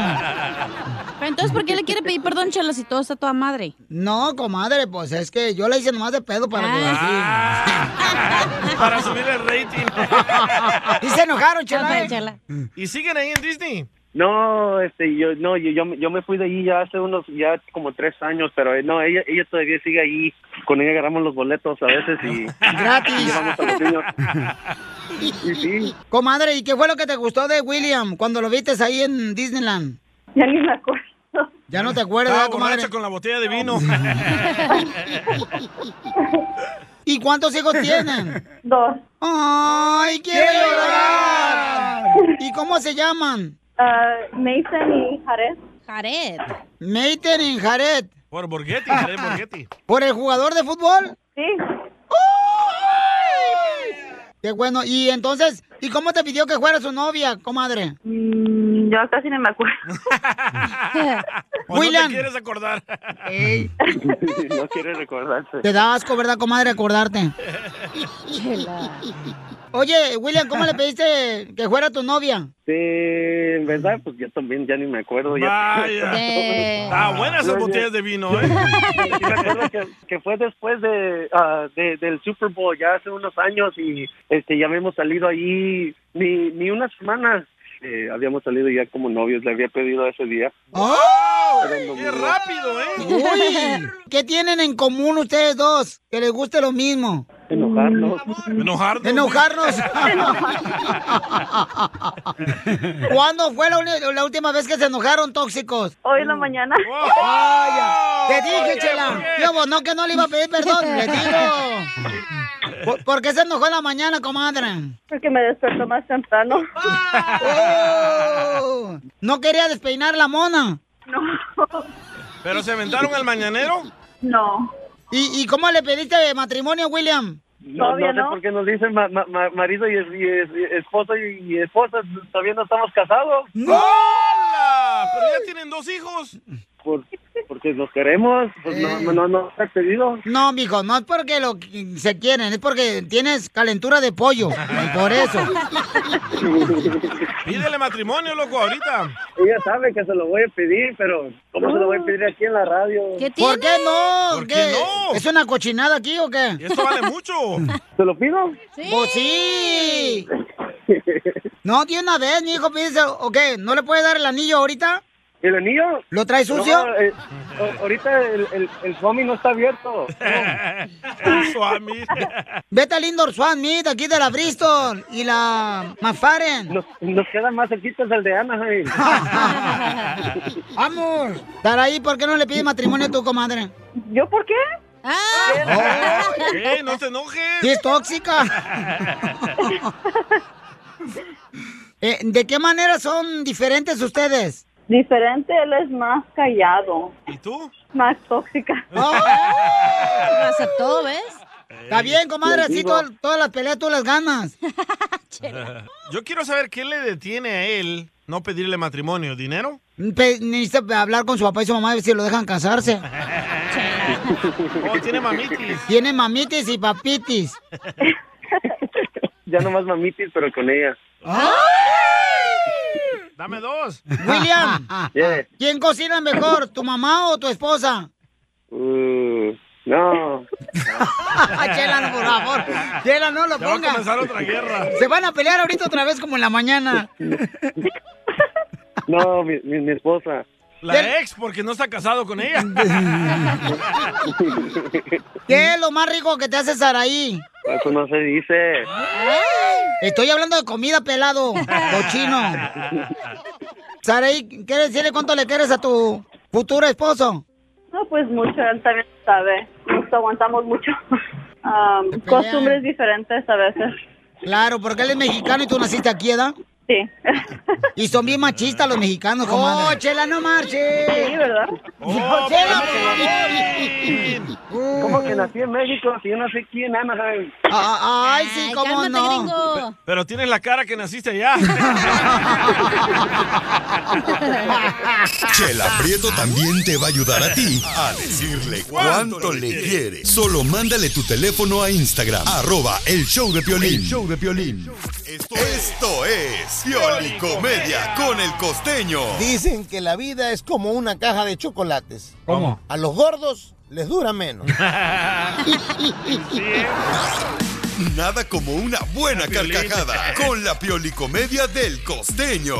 Pero entonces, ¿por qué le quiere pedir perdón, chela, si todo está toda madre?
No, comadre, pues es que yo la hice nomás de pedo para que
Para subir el rating.
(laughs) Y se enojaron, chela,
Ajá,
¿eh?
chela.
¿Y siguen ahí en Disney? No, este, yo, no, yo, yo, yo me fui de allí ya hace unos, ya como tres años, pero eh, no, ella, ella todavía sigue ahí. Con ella agarramos los boletos a veces y
(laughs)
gratis.
llevamos a los niños.
Comadre, ¿y qué fue lo que te gustó de William cuando lo viste ahí en Disneyland?
Ya ni me acuerdo.
Ya no te acuerdas,
Estaba
comadre.
borracha con la botella de
(laughs)
vino. (laughs)
¿Y cuántos hijos tienen? Dos. ¡Ay, quiero
Quiero
llorar! ¿Y cómo se llaman? Nathan y Jared.
Jared.
Nathan y Jared.
Por Borghetti, Jared Borghetti.
¿Por el jugador de fútbol? Sí. Qué bueno. Y entonces, ¿y cómo te pidió que fuera su novia, comadre? Mm, yo casi no me acuerdo. (laughs)
¿O Pues no
Pues William.
te quieres acordar?
no quiere recordarse.
Te da asco, ¿verdad, comadre, (laughs) acordarte? Oye, William, ¿cómo le pediste que fuera tu novia?
Sí, en verdad, pues yo también ya ni me acuerdo. (laughs) Ya. Eh.
Vaya. Ah, buenas esas
No, yo-
botellas de vino, ¿eh?
(laughs) Sí me acuerdo que, que fue después de, ah, de- del Super Bowl, ya hace unos años, y este ya habíamos salido ahí ni, ni una semana. Eh, habíamos salido ya como novios, le había pedido ese día.
Pero no me dio. rápido, ¿eh?
Uy, ¿qué tienen en común ustedes dos? Que les guste lo mismo.
Enojarnos.
Enojarnos.
Enojarnos.
(laughs)
(laughs) ¿Cuándo fue la, uni- la última vez que se enojaron tóxicos? Hoy en la mañana. (laughs) Vaya. Te dije, Chela. Yo, vos, no, que no le iba a pedir perdón. (laughs) Le digo. ¿Por, por qué se enojó en la mañana, comadre? Porque me despertó más temprano. (laughs)
Oh.
¿No quería despeinar la mona?
¿Pero se aventaron al mañanero?
No. ¿Y, y cómo le pediste matrimonio, William?
No, no sé por qué nos dicen ma- ma- ma- marido y, es- y es- y esposo y, y esposa, todavía no estamos casados.
¡No!
¡Hola! Pero ya tienen dos hijos.
Por- porque nos queremos, pues no, no, no, está pedido.
Eh. No, mijo, no es porque lo se quieren, es porque tienes calentura de pollo. y por eso.
Pídele matrimonio, loco, ahorita.
Ella sabe que se lo voy a pedir, pero ¿cómo se lo voy a pedir aquí en la radio?
¿Por qué no?
¿Por
¿Qué?
qué no?
¿Es una cochinada aquí o qué?
Esto vale
mucho.
¿Se lo pido?
Sí. Pues sí. No, de una vez, mi hijo, pídese, ¿o qué? ¿No le puedes dar el anillo ahorita?
¿El anillo?
¿Lo trae sucio?
No, eh, a- ahorita el, el, el Swami no está abierto.
Swami.
Vete al Indoor Swan Meet aquí de la Bristol y la McFarren.
Nos, quedan más cerquitas del
(laughs)
de Anaheim.
Vamos. Taraí, ¿por qué no le pides matrimonio a tu comadre? ¿Yo por qué? ¡Ah!
¿Qué? No te enojes.
Sí, es tóxica. Eh, ¿De qué manera son diferentes ustedes?
Diferente, él es más callado.
¿Y tú?
Más tóxica. (laughs)
Lo aceptó, ¿ves?
Está bien, comadre, así todas, todas las peleas tú las ganas.
(laughs) Yo quiero saber qué le detiene a él no pedirle matrimonio. ¿Dinero?
Pe- Necesita hablar con su papá y su mamá a ver si lo dejan casarse.
oh, tiene mamitis.
Tiene mamitis y papitis.
Ya nomás mamitis, pero con ella.
(laughs) Dame dos. (laughs)
William,
Ah,
Yeah.
¿quién cocina mejor, tu mamá o tu esposa?
Uh, no.
Chela, no, por favor. Chela, no lo
Ya va a
ponga.
comenzar otra guerra.
Se van a pelear ahorita otra vez como en la mañana.
No, mi, mi- mi esposa.
La ex, porque no está casado con ella.
¿Qué es lo más rico que te hace Saraí?
(laughs) Eso no se dice.
Ah.
Estoy hablando de comida pelado, cochino. Saraí, ¿quieres decirle cuánto le quieres a tu futuro esposo?
No, pues mucho, él también sabe. Nos aguantamos
(laughs)
mucho.
Um,
Am,
pelean.
costumbres diferentes a veces.
Claro, porque él es mexicano y tú naciste aquí, ¿verdad?
Sí.
Y son bien machistas los mexicanos, comadre. ¡Oh, Chela, no marche! Sí,
¿verdad?
¡No, Chela! pues,
¿Cómo que nací en México? Si yo no sé quién, Anaheim.
Ah, Ay, sí, cómo no.
Pe- Pero tienes la cara que naciste allá.
Chela Prieto también te va a ayudar a ti a decirle cuánto le quiere. Solo mándale tu teléfono a Instagram, arroba el show de Piolín.
El
show de Esto es Pioli Comedia con el costeño.
Dicen que la vida es como una caja de chocolates.
¿Cómo?
A los gordos les dura menos.
Nada como una buena carcajada con la Pioli Comedia del costeño.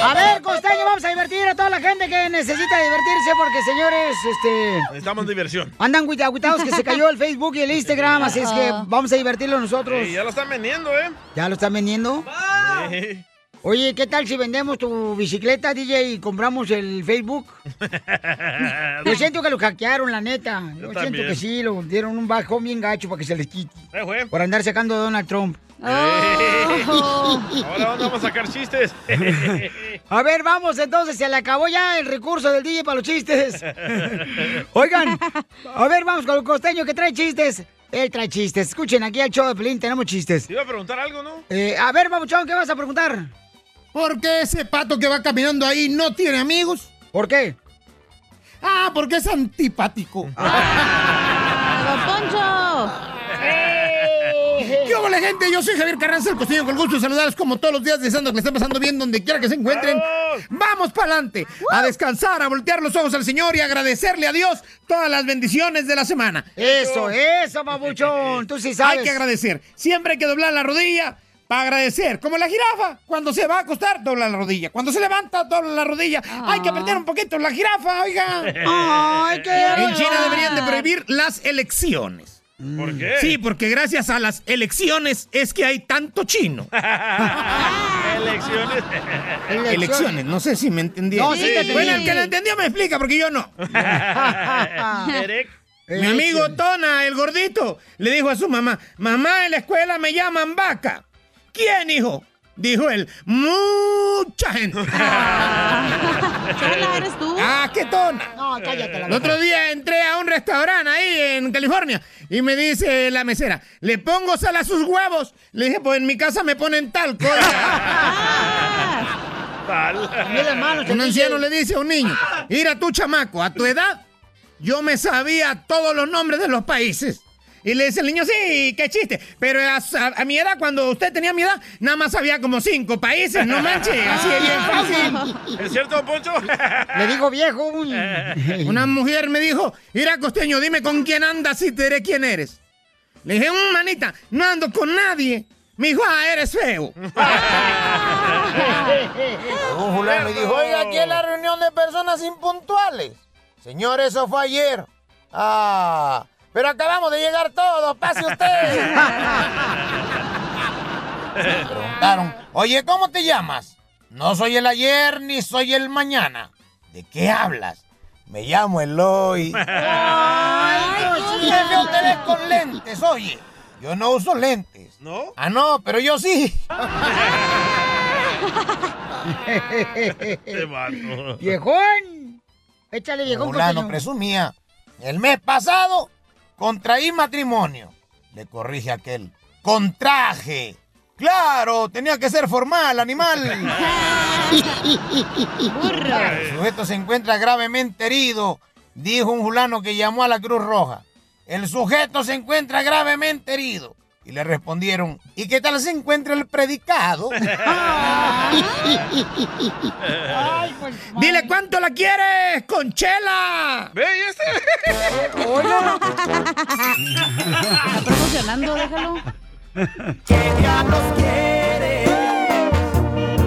A ver, Costeño, vamos a divertir a toda la gente que necesita divertirse porque, señores, este...
Necesitamos diversión.
Andan agüita- agüitados que se cayó el Facebook y el Instagram, así es que
Ajá.
vamos a divertirlo nosotros.
Eh, ya lo están vendiendo, ¿eh?
¿Ya lo están vendiendo?
Eh,
Oye, ¿qué tal si vendemos tu bicicleta, DJ, y compramos el Facebook? Yo siento que lo hackearon, la neta. Yo, siento
también.
que sí, lo dieron un bajón bien gacho para que se les quite.
güey.
Por andar sacando a Donald Trump.
Ahora ¿dónde vamos a sacar chistes.
(laughs) A ver, vamos entonces, se le acabó ya el recurso del DJ para
(laughs)
los chistes. Oigan, a ver, vamos con el costeño que trae chistes. Él trae chistes. Escuchen, aquí al show de Pelín tenemos chistes.
Te iba a preguntar algo, ¿no?
Eh, a ver, Babuchón, ¿qué vas a preguntar?
¿Por qué (laughs) ese pato que va caminando ahí no tiene amigos?
¿Por qué?
Ah, porque
(laughs)
es antipático.
Ah,
¿Qué hola gente? Yo soy Javier Carranza, el costeño, con el gusto de saludarlos como todos los días, deseando que le estén pasando bien donde quiera que se encuentren. ¡Vamos para adelante! A descansar, a voltear los ojos al Señor y agradecerle a Dios todas las bendiciones de la semana.
Eso, eso, babuchón, tú sí sabes.
Hay que agradecer. Siempre hay que doblar la rodilla para agradecer. Como la jirafa, cuando se va a acostar, dobla la rodilla. Cuando se levanta, dobla la rodilla. Hay
Ah.
que apretar un poquito la jirafa, oiga.
Ay, qué
En China
horror.
deberían de prohibir las elecciones.
¿Por qué?
Sí, porque gracias a las elecciones es que hay tanto chino.
(laughs) Elecciones.
Elecciones. no sé si me entendieron.
No, sí te entendí.
bueno, el que lo entendió me explica, porque yo no.
(laughs) Derek.
Mi amigo Tona, el gordito, le dijo a su mamá, mamá, en la escuela me llaman vaca. ¿Quién, hijo? Dijo él,
(laughs)
mucha gente. (laughs)
Chela,
eres tú? Ah, qué tona.
No, cállate la
El otro día entré a un restaurante ahí en California y me dice la mesera, ¿le pongo sal a sus huevos? Le dije, pues en mi casa me ponen talco.
Mira, hermano,
un anciano le dice a un niño, mira tú chamaco, a tu edad yo me sabía todos los nombres de los países. Y le dice el niño, sí, qué chiste. Pero a, a- a mi edad, cuando usted tenía mi edad, nada más había como cinco países, no manches, así es bien fácil.
¿Es cierto, don Poncho?
Le digo viejo.
Una mujer me dijo, mira costeño, dime con quién andas y te diré quién eres. Le dije, "Mm, manita, no ando con nadie. Me dijo, ah, eres feo.
Un fulano me dijo, oiga, aquí es la reunión de personas impuntuales. Señor, eso fue ayer. Ah, pero acabamos de llegar todos, pase usted. Preguntaron, oye, ¿cómo te llamas? No soy el ayer ni soy el mañana. ¿De qué hablas? Me llamo Eloy.
Ay,
Y qué feo te ves con lentes, oye. Yo no uso lentes.
¿No?
Ah, no, pero yo sí.
Este vato.
¡Viejón! Échale, viejón.
Fulano
costeño.
presumía. El mes pasado Contraí matrimonio. Le corrige aquel. Contraje. Claro, tenía que ser formal, animal. El sujeto se encuentra gravemente herido, dijo un fulano que llamó a la Cruz Roja. El sujeto se encuentra gravemente herido. Y le respondieron, ¿y qué tal se encuentra el predicado?
pues,
Dile cuánto la quieres, Conchela.
Ve, ¿y
(laughs)
este?
Hola.
Está promocionando, déjalo.
¿Qué diablos quiere?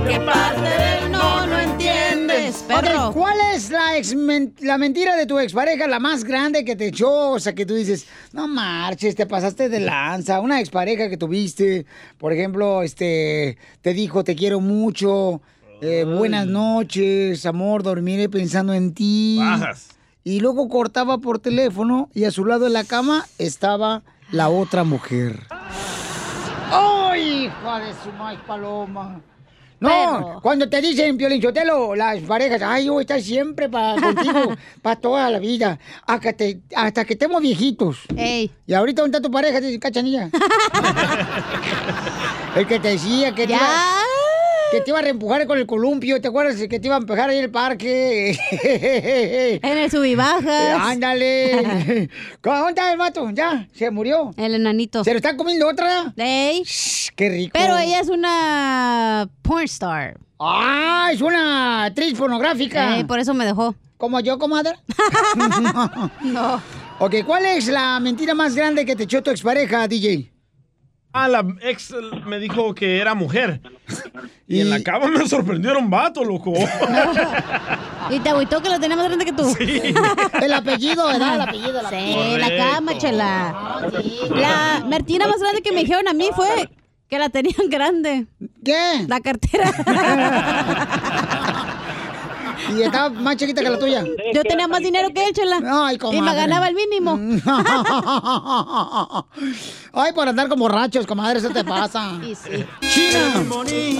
¿Qué parte del no lo entiendes, perro?
Ok, ¿Cuál es la, ex men- la mentira de tu expareja, la más grande que te echó? O sea, que tú dices, no marches, te pasaste de lanza. Una expareja que tuviste, por ejemplo, este, te dijo, te quiero mucho, eh, buenas noches, amor, dormiré pensando en ti.
Bajas.
Y luego cortaba por teléfono y a su lado en la cama estaba la otra mujer. ¡Ay, hija ¡Oh, de su maíz paloma! No, cuando te dicen, Piolín Sotelo, las parejas, ay, yo voy a estar siempre
(laughs)
para contigo, para toda la vida, hasta, te- hasta que estemos viejitos. Y ahorita, ¿dónde está tu pareja? Dice,
(laughs)
Cachanilla. el que te decía que te, iba, que te iba a reempujar con el columpio, ¿te acuerdas? Que te iba a empujar ahí en el parque.
(laughs)
en
el subibajas.
(laughs)
(laughs)
Ándale. ¿Cómo está el vato? Ya, se murió.
El enanito.
¿Se lo están comiendo otra?
¡Ey!
¡Qué rico!
Pero ella es una pornstar.
¡Ah! Es una actriz pornográfica.
Eh, por eso me dejó.
¿Como
(laughs)
yo, comadre? no. Ok, ¿cuál es la mentira más grande que te echó tu expareja, DJ?
Ah, la ex eh, me dijo que era mujer. Y, en la cama me sorprendieron vato, loco.
Y te agüitó que lo tenía más grande que tú. (laughs)
El apellido,
¿verdad?
El apellido, el
Sí,
apellido.
la cama, chela. Ah, La mentira más grande que me dijeron a mí fue que la tenían grande.
¿Qué?
La cartera. (laughs)
¿Y estaba más chiquita que la tuya?
Yo tenía más dinero que él, chela.
Ay, comadre.
Y me ganaba el mínimo.
(laughs) Ay, por andar con borrachos, comadre, eso te pasa.
(laughs) Y sí.
China. Eh,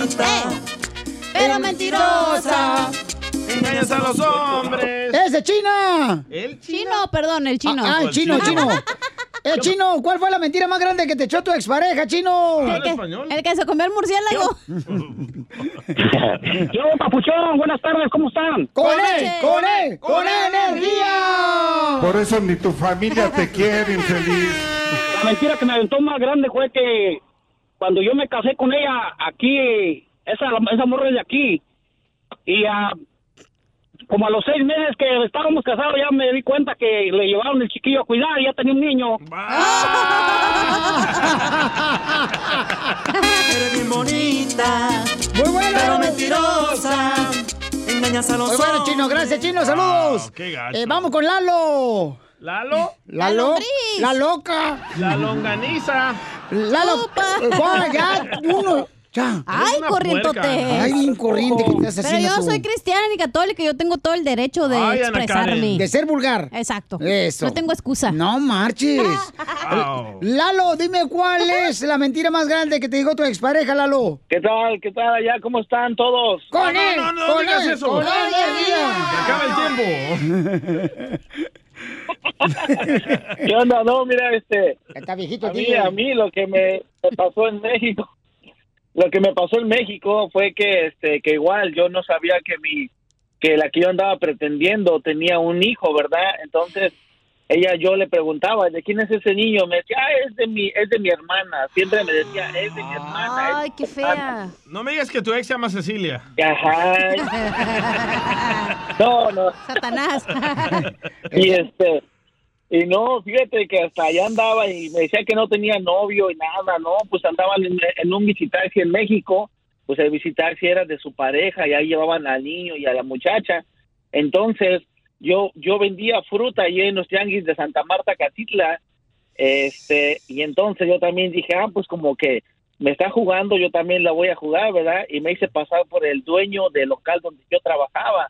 pero mentirosa.
Engañas a los hombres.
¡Ese China!
El
chino, perdón, el chino.
Ah, el chino, chino. (laughs) Eh, chino, ¿cuál fue la mentira más grande que te echó tu expareja, chino?
El que, el que se comió el murciélago.
(laughs) Yo, papuchón, buenas tardes, ¿cómo están?
¡Con él! ¡Con él! ¡Con energía!
Por eso ni tu familia te quiere, infeliz. La mentira que me aventó más grande fue que cuando yo me casé con ella, aquí, esa, esa morra es de aquí, y ah, como a los seis meses que estábamos casados, ya me di cuenta que le llevaron el chiquillo a cuidar y ya tenía un niño.
Eres bien bonita.
Muy bueno.
Pero mentirosa. Engañas a los
Muy bueno, chino, gracias, chino, saludos.
Oh,
qué gacho.
Eh, vamos con Lalo.
¿Lalo?
La,
La
lo-
lombriz.
la loca.
La longaniza.
La loca. Juan, ya, uno. Ya.
Ay, corrientote.
Ay, bien corriente que estás
Pero
haciendo
yo
tú.
soy cristiana y católica y yo tengo todo el derecho de
Ay, Ana
expresarme.
Karen. De ser vulgar.
Exacto.
Eso.
No tengo excusa.
No marches. (laughs) Eh, Lalo, dime cuál es la mentira más grande que te dijo tu expareja, Lalo.
¿Qué tal? ¿Qué tal allá? ¿Cómo están todos?
Ah,
Con él,
No, no, no, no
con
digas
él,
eso.
con él,
acaba el tiempo. ¿Qué onda? No, mira, este.
Está viejito,
a mí,
tío.
a mí lo que me, me pasó en México, lo que me pasó en México fue que, este, que igual yo no sabía que mi, que la que yo andaba pretendiendo tenía un hijo, ¿verdad? Entonces ella, yo le preguntaba, ¿de quién es ese niño? Me decía, "Ah, es de mi, es de mi hermana. Siempre me decía, es de mi hermana.
Ay, qué fea.
No me digas que tu ex se llama Cecilia. (laughs)
No, no.
Satanás.
(laughs)
Y este, y no, fíjate que hasta allá andaba y me decía que no tenía novio y nada, no, pues andaban en, en un visitarse en México, pues el visitarse era de su pareja y ahí llevaban al niño y a la muchacha. Entonces, yo, yo vendía fruta allí en los tianguis de Santa Marta, Catitla, este, y entonces yo también dije, ah, pues como que me está jugando, yo también la voy a jugar, ¿verdad? Y me hice pasar por el dueño del local donde yo trabajaba.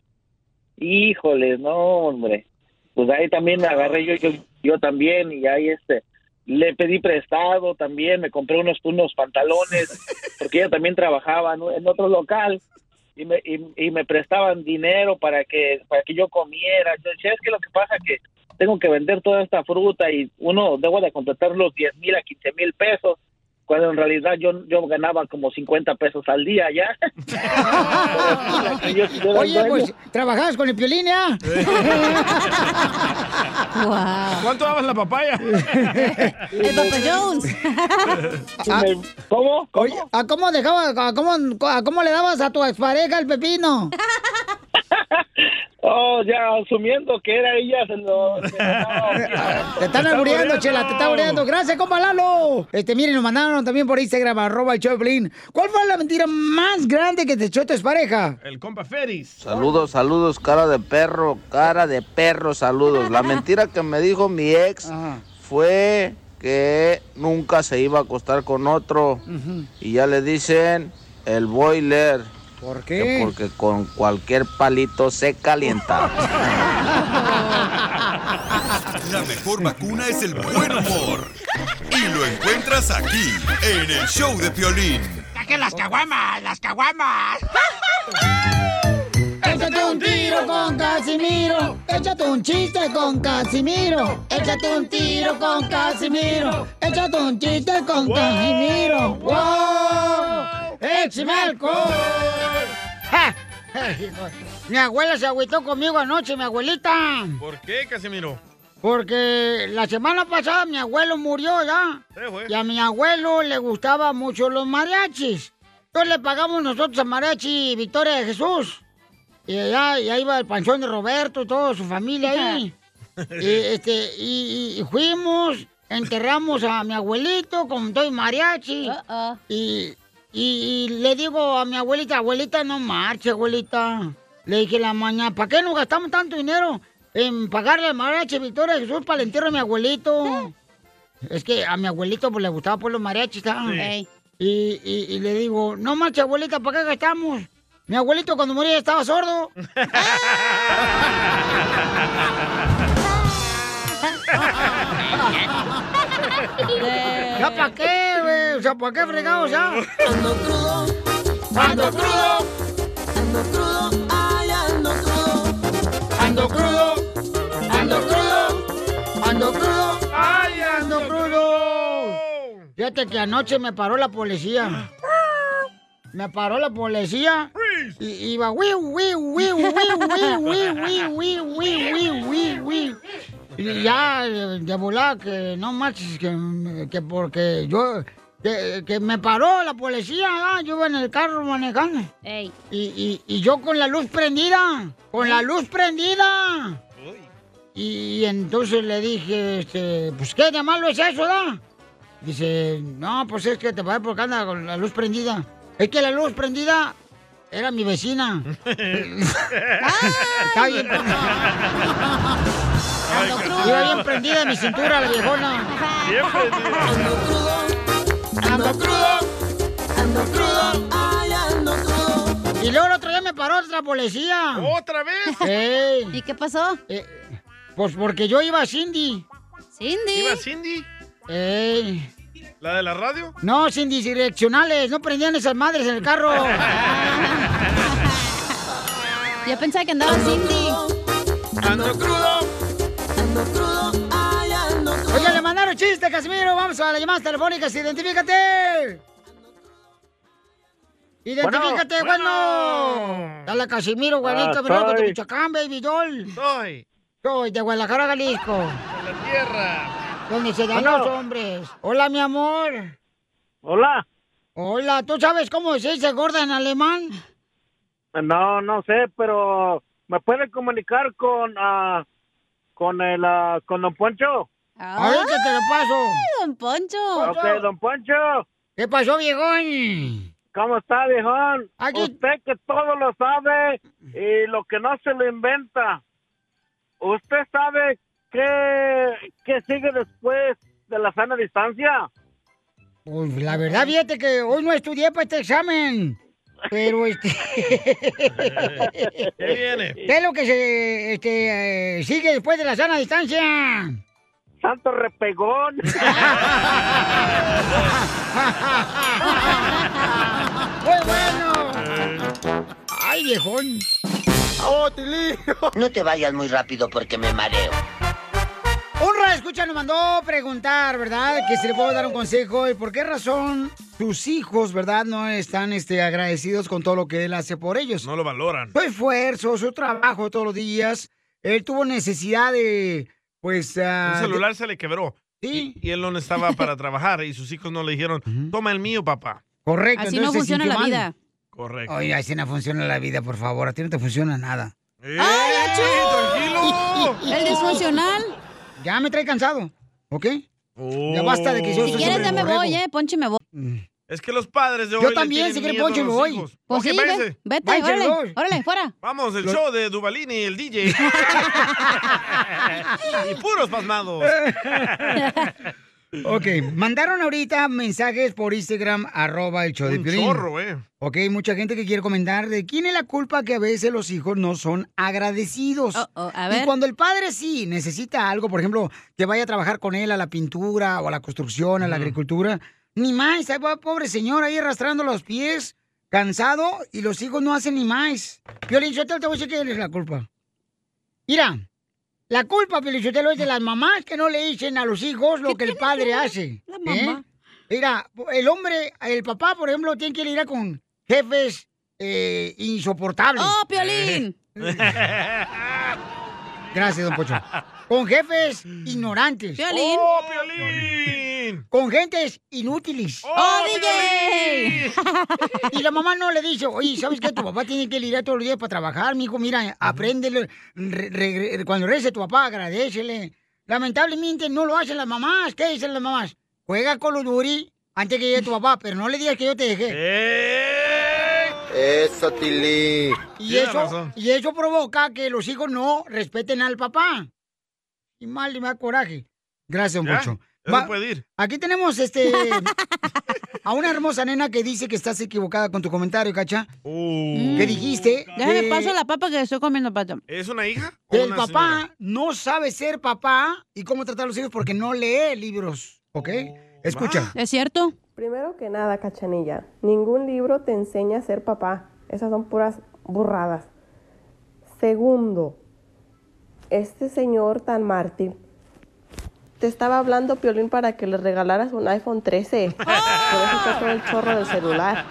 Híjole, no, hombre. Pues ahí también me agarré yo, yo, yo también y ahí este le pedí prestado también, me compré unos unos pantalones porque ella también trabajaba en, en otro local y Eh, me y, y me prestaban dinero para que para que yo comiera. Yo decía, es que lo que pasa que tengo que vender toda esta fruta y uno debo de contratar los 10 mil a 15 mil pesos, cuando en realidad yo, yo ganaba como 50 pesos al día ya. (laughs) Yo quisiera
Oye,
el
pues, ¿trabajabas con el piolín, eh? (laughs) ya?
¿Cuánto dabas la papaya?
(laughs) El Papa Jones.
Ah. ¿Cómo?
Oye, ¿a cómo dejabas, a cómo, a cómo le dabas a tu expareja el pepino?
Oh, ya asumiendo que era ella, se lo... se lo
(laughs)
daba.
Te están albureando, chela, te están albureando. Gracias, compa Lalo. Este, miren, nos mandaron también por Instagram, arroba el show de Piolín. ¿Cuál fue la mentira más grande que te echó tu expareja?
El compa Feris.
Saludos, saludos, cara de perro, cara de perro, saludos. La mentira que me dijo mi ex fue que nunca se iba a acostar con otro. Y ya le dicen el boiler.
¿Por
qué? porque con cualquier palito se calienta.
(laughs)
La mejor vacuna es el buen humor. Y lo encuentras aquí, en el show de Piolín.
¡Saquen las caguamas, las caguamas!
(laughs) Échate un tiro con Casimiro. Échate un chiste con Casimiro. Échate un tiro con Casimiro. Échate un chiste con Casimiro. ¡Wow! ¡Échame alcohol! ¡Ja! Mi abuela se agüitó conmigo anoche, mi abuelita.
¿Por qué, Casimiro?
Porque la semana pasada mi abuelo murió ya.
Sí, güey.
Y a mi abuelo le gustaba mucho los mariachis. Entonces le pagamos nosotros a Mariachi Victoria de Jesús. Y allá, y ahí iba el panchón de Roberto, toda su familia ahí. y, este, y, y- y fuimos, enterramos a mi abuelito con todo el mariachi. y, y- y le digo a mi abuelita, abuelita, no marche, abuelita. Le dije en la mañana, ¿para qué nos gastamos tanto dinero en pagarle al mariachi Victoria de Jesús para el entierro de mi abuelito? Es que a mi abuelito pues, le gustaba por los mariachis, ¿ah?
Sí. Ey.
Y, y- y le digo, no manches, abuelita, ¿para qué gastamos? Mi abuelito cuando moría estaba sordo. (laughs) ¿Ya para qué, güey? O sea, ¿para qué fregados ah? ya? Ando crudo, ando crudo, ando crudo, ay, ando crudo. Ando crudo, ando crudo, ando crudo, ay, ando crudo. Fíjate que anoche me paró la policía. Me paró la policía. Y iba, wiu, wiu, wiu, wiu, wiu, wiu, wiu, wiu, wiu, wiu, wiu, wiu. Y ya, eh, de volada, que no marches, que, que porque yo, que, que me paró la policía, ah, yo iba en el carro manejando. Y, y- y yo con la luz prendida, con la luz prendida. Y entonces le dije, este, pues qué de malo es eso, da. Dice, no, pues es que te paré porque anda con la luz prendida. Es que la luz prendida era mi (laughs) vecina. Está bien, Iba bien prendida de mi cintura, la viejona. Bien prendida. Ando crudo, ando crudo, ay, ando crudo. Y luego el otro día me paró otra policía.
¿Otra vez?
¿Y qué pasó? pues porque yo iba a Cindy.
¿Cindy?
¿Iba Cindy?
Ey.
¿La de la radio?
No, sin direccionales, no prendían esas madres en el carro.
(laughs) Yo pensaba que andaba Cindy.
Ando crudo.
Oye, le mandaron chiste, Casimiro. Vamos a las llamadas telefónicas. Identifícate. Identifícate, bueno. Dale, Casimiro, Juanito,
Ah,
Verónica, de
soy.
Michoacán, baby doll.
Soy.
Soy de Guadalajara, Jalisco.
La tierra.
Donde se dan
Bueno.
los hombres. Hola, mi amor. Hola. Hola, ¿tú sabes cómo se dice gorda en alemán?
No, no sé, pero ¿me puede comunicar con ah, con el ah, con Don Poncho?
Ah.
A
ver, que te lo paso.
Don Poncho.
Ok, Don Poncho.
¿Qué pasó, viejón?
¿Cómo está, viejón? Usted que todo lo sabe y lo que no se lo inventa. ¿Usted sabe qué, qué sigue después de la sana distancia?
Pues la verdad, fíjate que hoy no estudié para este examen. Pero este.
(laughs) ¿Qué viene?
¿Qué es lo que se este, eh, sigue después de la sana distancia?
Santo repegón.
¡Muy bueno! (laughs) ¡Ay, viejón!
No te vayas muy rápido porque me mareo.
Radar Escucha nos mandó preguntar, ¿verdad? Que si le puedo dar un consejo y por qué razón tus hijos, ¿verdad? No están este, agradecidos con todo lo que él hace por ellos.
No lo valoran.
Su esfuerzo, su trabajo todos los días. Él tuvo necesidad de, pues... ah,
Un
de-
celular se le quebró.
Sí.
Y, y él no estaba
(laughs)
para trabajar y sus hijos no le dijeron, toma el mío, papá.
Correcto.
Así no
entonces se
funciona
sintió
la
mal.
vida.
Correcto.
Oye, así no funciona la vida, por favor. A ti no te funciona nada.
¡Ay,
achú!
tranquilo!
El disfuncional.
Ya me trae cansado,
(laughs)
¿ok? (laughs)
Oh.
Ya basta de que yo
Si
soy
quieres,
sobre
ya me
borrego.
voy, ¿eh? Ponche, me voy.
Es que los padres de hoy.
Yo
le tienen
también, si quiere
miedo a
Poncho, me
los
voy.
hijos.
Pues
Ok,
sí,
váyanse.
ve- vete, órale, órale, fuera.
Vamos, el show de Duvalini y el DJ.
(laughs)
y puros pasmados.
Ok, mandaron ahorita mensajes por Instagram, arroba el show de
Un
Piolín.
chorro, eh.
Ok, mucha gente que quiere comentar de quién es la culpa que a veces los hijos no son agradecidos.
Oh, a ver.
Y cuando el padre sí necesita algo, por ejemplo, que vaya a trabajar con él a la pintura o a la construcción, a la agricultura, ni más, ahí va pobre señor ahí arrastrando los pies, cansado, y los hijos no hacen ni más. Piolín, yo te voy a decir quién es la culpa. Mira, la culpa, Pelichotelo, es de las mamás que no le dicen a los hijos lo que el padre hace.
la
¿eh?
mamá?
Mira, el hombre, el papá, por ejemplo, tiene que ir con jefes eh, insoportables.
¡Oh, Piolín!
(laughs) Gracias, don Pocho. Con jefes ignorantes.
Piolín.
¡Oh, Piolín!
Con gentes inútiles.
¡Oh, ¡Oh, DJ!
(laughs) y la mamá no le dice, oye, ¿sabes qué? Tu papá tiene que ir a todos los días para trabajar, mijo. Mira, apréndele. re- re- cuando regrese tu papá, agradecele. Lamentablemente no lo hacen las mamás. ¿Qué dicen las mamás? Juega con los duri antes que llegue tu papá, pero no le digas que yo te dejé.
Eso, Tilly.
Y eso, y eso provoca que los hijos no respeten al papá. Y mal, y me da coraje. Gracias, don
Ya,
Pocho.
ya
Va-
se puede ir.
Aquí
(laughs)
tenemos este a una hermosa nena que dice que estás equivocada con tu comentario, cacha.
Oh.
que dijiste.
Déjame
que
paso la papa que estoy comiendo, pato.
¿Es una hija?
que el papá no sabe ser papá y cómo tratar a los hijos porque no lee libros, ¿ok?
Oh,
Escucha.
¿Es cierto?
Primero que nada, cachanilla, ningún libro te enseña a ser papá. Esas son puras burradas. Segundo, este señor tan mártir te estaba hablando, Piolín, para que le regalaras un iPhone 13. Por eso te fue el chorro del celular.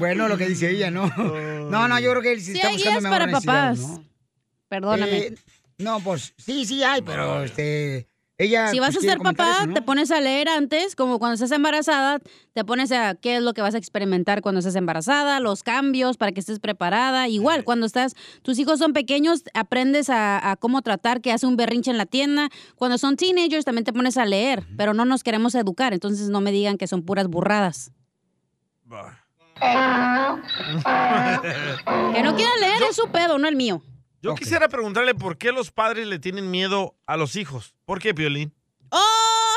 Bueno, lo que dice ella, ¿no?
Oh.
No, no, yo creo que él sí
Sí,
está
hay
buscando
guías
mejor
para
necesidad,
papás.
¿no?
Perdóname.
Eh, no, pues sí, sí hay, pero este ella
si vas
pues,
a
quiere
ser
comentar
papá,
eso, ¿no?
te pones a leer antes, como cuando estás embarazada, te pones a qué es lo que vas a experimentar cuando estás embarazada, los cambios para que estés preparada. Igual, cuando estás, tus hijos son pequeños, aprendes a, a cómo tratar, que hace un berrinche en la tienda. Cuando son teenagers, también te pones a leer, pero no nos queremos educar, entonces no me digan que son puras burradas. Que no
(laughs)
quieran leer es su pedo, no el mío.
Yo quisiera preguntarle por qué los padres le tienen miedo a los hijos. ¿Por qué, Piolín?
¡Oh!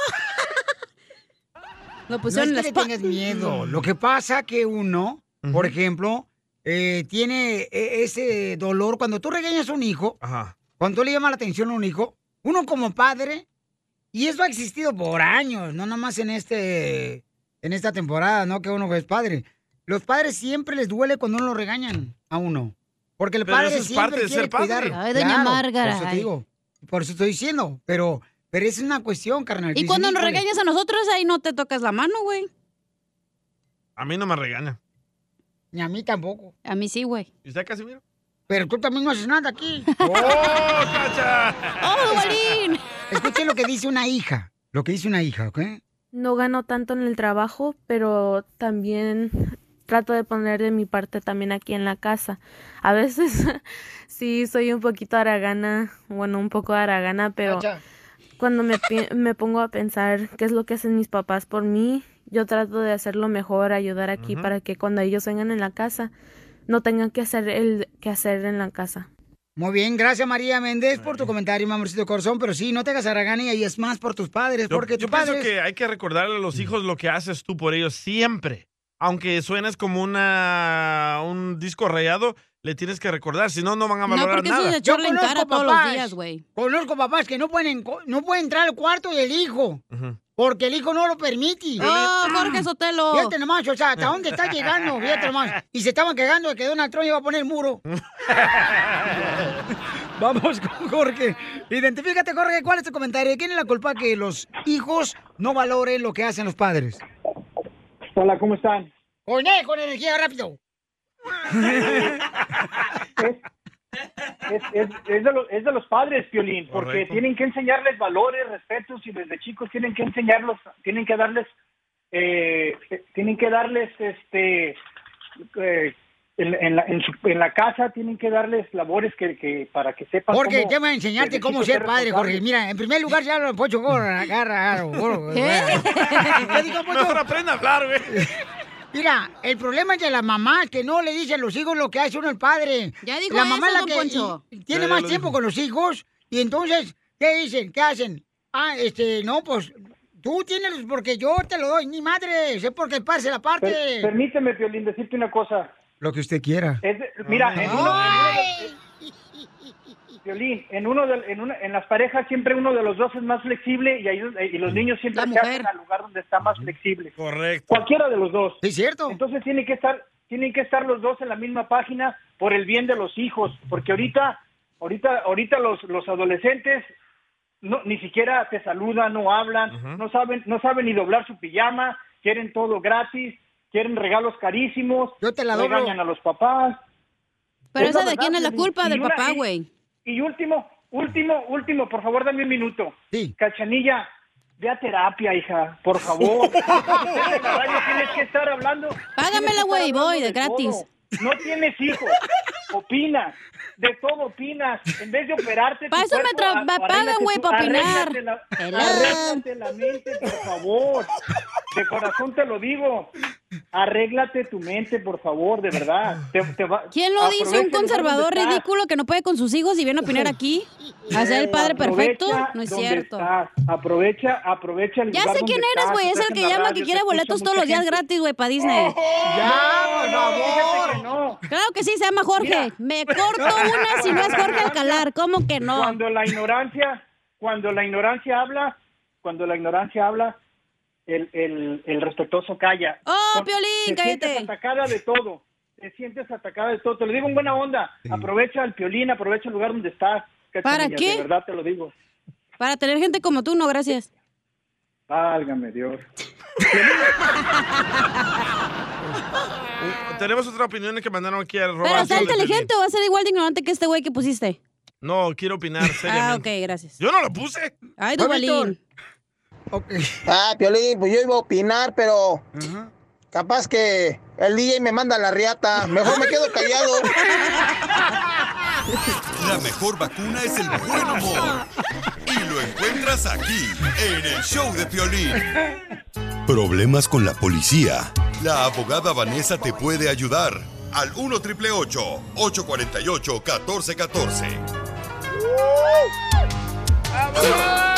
Lo
no
pusieron en
es que
la
le
espa-
tengas miedo. Lo que pasa que uno, por ejemplo, eh, tiene e- ese dolor. Cuando tú regañas a un hijo, cuando tú le llamas la atención a un hijo, uno como padre, y eso ha existido por años, no nomás en este, en esta temporada, ¿no? Que uno es padre. Los padres siempre les duele cuando uno lo regañan a uno. Porque el
Pero
padre
eso es
siempre
parte de
quiere
ser padre.
cuidar.
Ay, doña Márgara,
Por eso te
ay.
digo. Por eso estoy diciendo. Pero, pero es una cuestión, carnal.
Y
Dicen,
cuando nos
"Híjole".
regañas a nosotros, ahí no te tocas la mano, güey.
A mí no me regaña.
Ni a mí tampoco.
A mí sí, güey.
¿Y usted, Casimiro?
Pero tú también no haces nada aquí.
(laughs) ¡Oh, cacha!
Escuchen lo que dice una hija. Lo que dice una hija, ¿ok?
No gano tanto en el trabajo, pero también trato de poner de mi parte también aquí en la casa. A veces (laughs) sí soy un poquito haragana, bueno, un poco haragana, pero
Cacha.
cuando me, pi- me pongo a pensar qué es lo que hacen mis papás por mí, yo trato de hacerlo mejor, ayudar aquí
Ujú.
para que cuando ellos vengan en la casa no tengan que hacer el que hacer en la casa.
Muy bien, gracias María Méndez por tu comentario, mi amorcito corazón. Pero sí, no te hagas haragana y es más por tus padres,
Yo,
porque
yo
tus
pienso
padres...
que hay que recordarle a los hijos lo que haces tú por ellos siempre. Aunque suenes como una un disco rayado, le tienes que recordar, si no, no van a valorar nada.
Yo conozco papás-
güey.
Conozco papás que no pueden, enco- no pueden entrar al cuarto del hijo.
Ujú.
Porque el hijo no lo permite.
¡Oh, Jorge Sotelo!
Fíjate nomás, o sea, ¿hasta dónde está llegando?
(laughs)
Fíjate nomás. Y se estaban quejando de que Donald Trump iba a poner el muro. (laughs) Vamos con Jorge. Identifícate, Jorge, ¿cuál es tu comentario? ¿De quién es la culpa que los hijos no valoren lo que hacen los padres?
Hola, ¿cómo están?
Con él, con energía, rápido.
Es, es- es de los, es de los padres, Piolín, porque
Correcto.
tienen que enseñarles valores, respetos y desde chicos tienen que enseñarlos, tienen que darles, eh, tienen que darles, este, eh, en, en la, en su- en la casa tienen que darles labores que, que para que sepan.
Jorge,
cómo-
te voy a enseñarte
desde
cómo
chicos
ser padre, Jorge.
responsables.
Mira, en primer lugar ya lo pocho gorra, agarra, agarra, gorro.
¿Qué?
¿Qué digo, pocho?
Mejor
aprende a hablar, güey.
Mira, el problema es de la mamá que no le dice a los hijos lo que hace uno el padre.
Ya dijo
la
eso,
mamá es la
don
que
Poncho.
y-
Ya,
tiene
ya
más
lo
tiempo con los hijos y entonces ¿qué dicen? ¿Qué hacen? Ah, este, no, pues tú tienes porque yo te lo doy, ni madre, es porque el padre se la parte.
Per- permíteme, Piolín, decirte una cosa.
Lo que usted quiera.
Es de-
Ah.
mira, en uno- en uno de- Piolín, en uno de- en una- en las parejas siempre uno de los dos es más flexible y, ahí- y
Mm.
los niños siempre se hacen al lugar donde está más flexible.
Correcto.
Cualquiera de los dos.
Es cierto.
Entonces tienen que estar tienen que estar los dos en la misma página por el bien de los hijos, porque ahorita ahorita ahorita los los adolescentes no, ni siquiera te saludan, no hablan, no saben, no saben ni doblar su pijama, quieren todo gratis, quieren regalos carísimos,
Yo te la doblo.
regañan a los papás.
Pero esa
la
de quién es la
verdad, Piolín.
culpa,
Y
del
una-
papá,
y-
güey.
Y, último, último, último, por favor, dame un minuto. Cachanilla, ve a terapia, hija, por favor. En la radio tienes que estar hablando. tienes que
Págamela,
estar
güey,
hablando
voy, de gratis.
todo. No tienes hijos, opinas, de todo opinas. En vez de operarte, tu
Pa' eso me
cuerpo,
tra-
a-
me pagan,
arréglate
güey,
tú,
pa' opinar.
arréglate la-
Hello.
Arréglate la mente, por favor. De corazón te lo digo. Arréglate tu mente, por favor, de verdad. Te- te va-
¿Quién lo dice?
aprovecha el
Un
lugar
conservador
donde estás.
ridículo que no puede con sus hijos y viene a
(laughs)
opinar aquí. A ser el padre perfecto.
Aprovecha
No es
donde
cierto.
estás, Aprovecha, aprovecha el
Ya
lugar
sé
donde
quién eres,
estás,
güey. Es
estás
el
en
que
la
llama
radio,
que quiere
te
boletos
escucha
todos los
mucha
días
gente. ¡Oh!
gratis, güey, para Disney.
Ya,
por
favor.
Claro que sí, se llama Jorge. Me corto una si no es Jorge Alcalar. ¿Cómo que no?
Cuando la ignorancia, cuando la ignorancia habla, cuando la ignorancia habla, el, el, el respetuoso calla.
¡Oh,
Con-
Piolín,
te
cállate!
sientes atacada de todo. Te sientes atacada de todo. Te lo digo en buena onda. Aprovecha el Piolín, aprovecha el lugar donde estás.
¿Para
Cachanilla,
qué?
De verdad te lo digo.
Para tener gente como tú, no, gracias.
Válgame Dios.
(laughs) Tenemos otra opinión que mandaron aquí al
Pero
robar.
está inteligente o va a ser igual de ignorante que este güey que pusiste.
No, quiero opinar
Ah,
seriamente.
ok, gracias.
Yo no lo puse.
Ah, Ay, Dubalín.
(laughs) Ah, Piolín, pues yo iba a opinar, pero capaz que el DJ me manda la riata. Mejor me quedo callado.
La mejor vacuna es el buen humor. Y lo encuentras aquí, en el show de Piolín. Problemas con la policía. La abogada Vanessa te puede ayudar. Al 1 triple 848 1414.
¡Uh!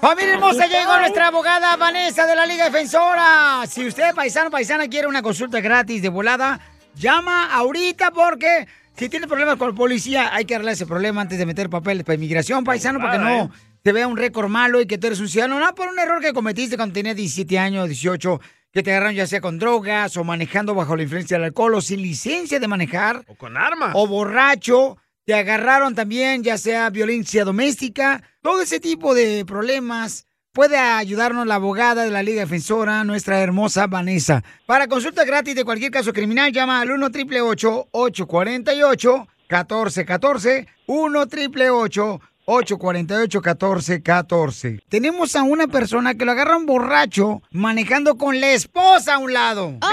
Familia hermosa, llegó nuestra abogada Vanessa de la Liga Defensora. Si usted, paisano paisana, quiere una consulta gratis de volada, llama ahorita porque si tiene problemas con la policía, hay que arreglar ese problema antes de meter papeles para inmigración, paisano, para que
volada,
no te vea un récord malo y que tú eres un ciudadano. No, por un error que cometiste cuando tenías 17 años, 18, que te agarraron ya sea con drogas o manejando bajo la influencia del alcohol o sin licencia de manejar.
O con armas.
O borracho. Te agarraron también, ya sea violencia doméstica. Todo ese tipo de problemas puede ayudarnos la abogada de la Liga Defensora, nuestra hermosa Vanessa. Para consulta gratis de cualquier caso criminal, llama al 1 888 848 1414 1 888 848-1414. Tenemos a una persona que lo agarra un borracho manejando con la esposa a un lado. ¡Viva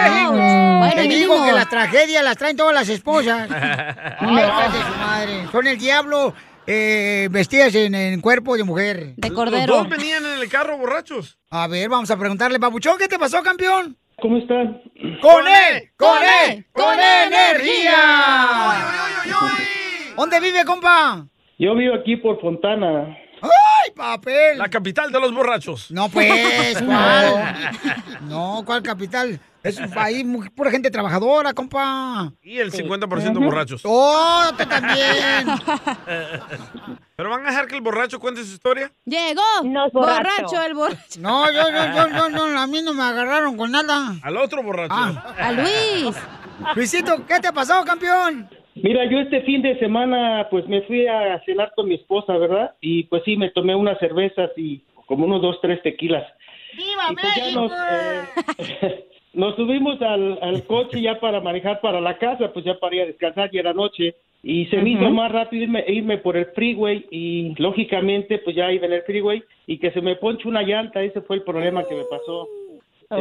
Ah. Bueno,
Te digo
mínimo. (laughs)
que las tragedias las traen todas las esposas.
Ah,
Ay, hijas de su madre. Son el diablo eh, vestidas en, en cuerpo de mujer. De
Los dos venían en el carro borrachos.
A ver, vamos a preguntarle, Papuchón, ¿qué te pasó, campeón?
¿Cómo están?
¡Con él! ¡Con
E,
él! ¡Con energía! ¿Dónde vive, compa?
Yo vivo aquí por Fontana.
¡Ay, (laughs) papel!
La capital de los borrachos.
No,
(laughs)
pues, ¿cuál? No, ¿cuál capital? Es un país muy- pura gente trabajadora, compa.
Y el 50% borrachos.
¡Oh, tú también!
¿Pero van a dejar que el borracho cuente su historia?
(laughs) Llegó.
borracho.
borracho el borracho.
No, yo, yo, yo, yo, no, a mí no me agarraron con nada.
Al otro borracho.
Ah, a Luis. Luisito, ¿qué te pasó, campeón?
Mira, yo este fin de semana pues me fui a cenar con mi esposa, ¿verdad? Y pues sí, me tomé unas cervezas y como unos dos, tres tequilas.
¡Viva
pues ya nos, Nos subimos al, al coche ya para manejar para la casa, pues ya para ir a descansar, ya era noche. Y se me hizo
Ujú.
más rápido irme, irme por el freeway y lógicamente pues ya iba en el freeway y que se me ponche una llanta, ese fue el problema que me pasó.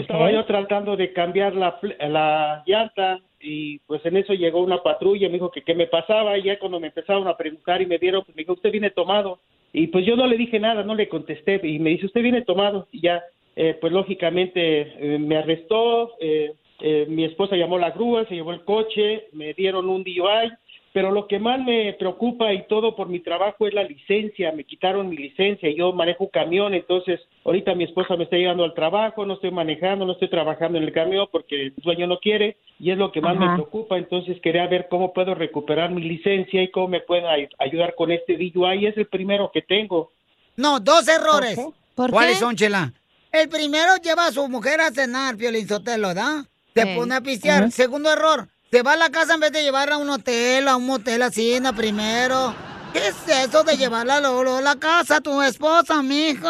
Estaba yo tratando de cambiar la, fle- la llanta y pues en eso llegó una patrulla, me dijo que qué me pasaba y ya cuando me empezaron a preguntar y me vieron, pues me dijo, usted viene tomado. Y pues yo no le dije nada, no le contesté y me dice, usted viene tomado. Y ya, eh, pues lógicamente eh, me arrestó, eh, eh, mi esposa llamó la grúa, se llevó el coche, me dieron un DUI, pero lo que más me preocupa y todo por mi trabajo es la licencia, me quitaron mi licencia, yo manejo camión, entonces ahorita mi esposa me está llevando al trabajo, no estoy manejando, no estoy trabajando en el camión porque el dueño no quiere y es lo que más me
Ajá.
preocupa, entonces quería ver cómo puedo recuperar mi licencia y cómo me pueden ay- ayudar con este DUI, es el primero que tengo.
No, dos errores.
¿Por
¿Cuáles
qué?
son, Chela? El primero lleva a su mujer a cenar, Piolín Sotelo, ¿da? Se
Sí.
pone a pistear.
Ujú.
Segundo error, se va a la casa en vez de llevarla a un hotel, a un motel así, ¿no? primero. ¿Qué es eso de llevarla luego, luego a la casa a tu esposa,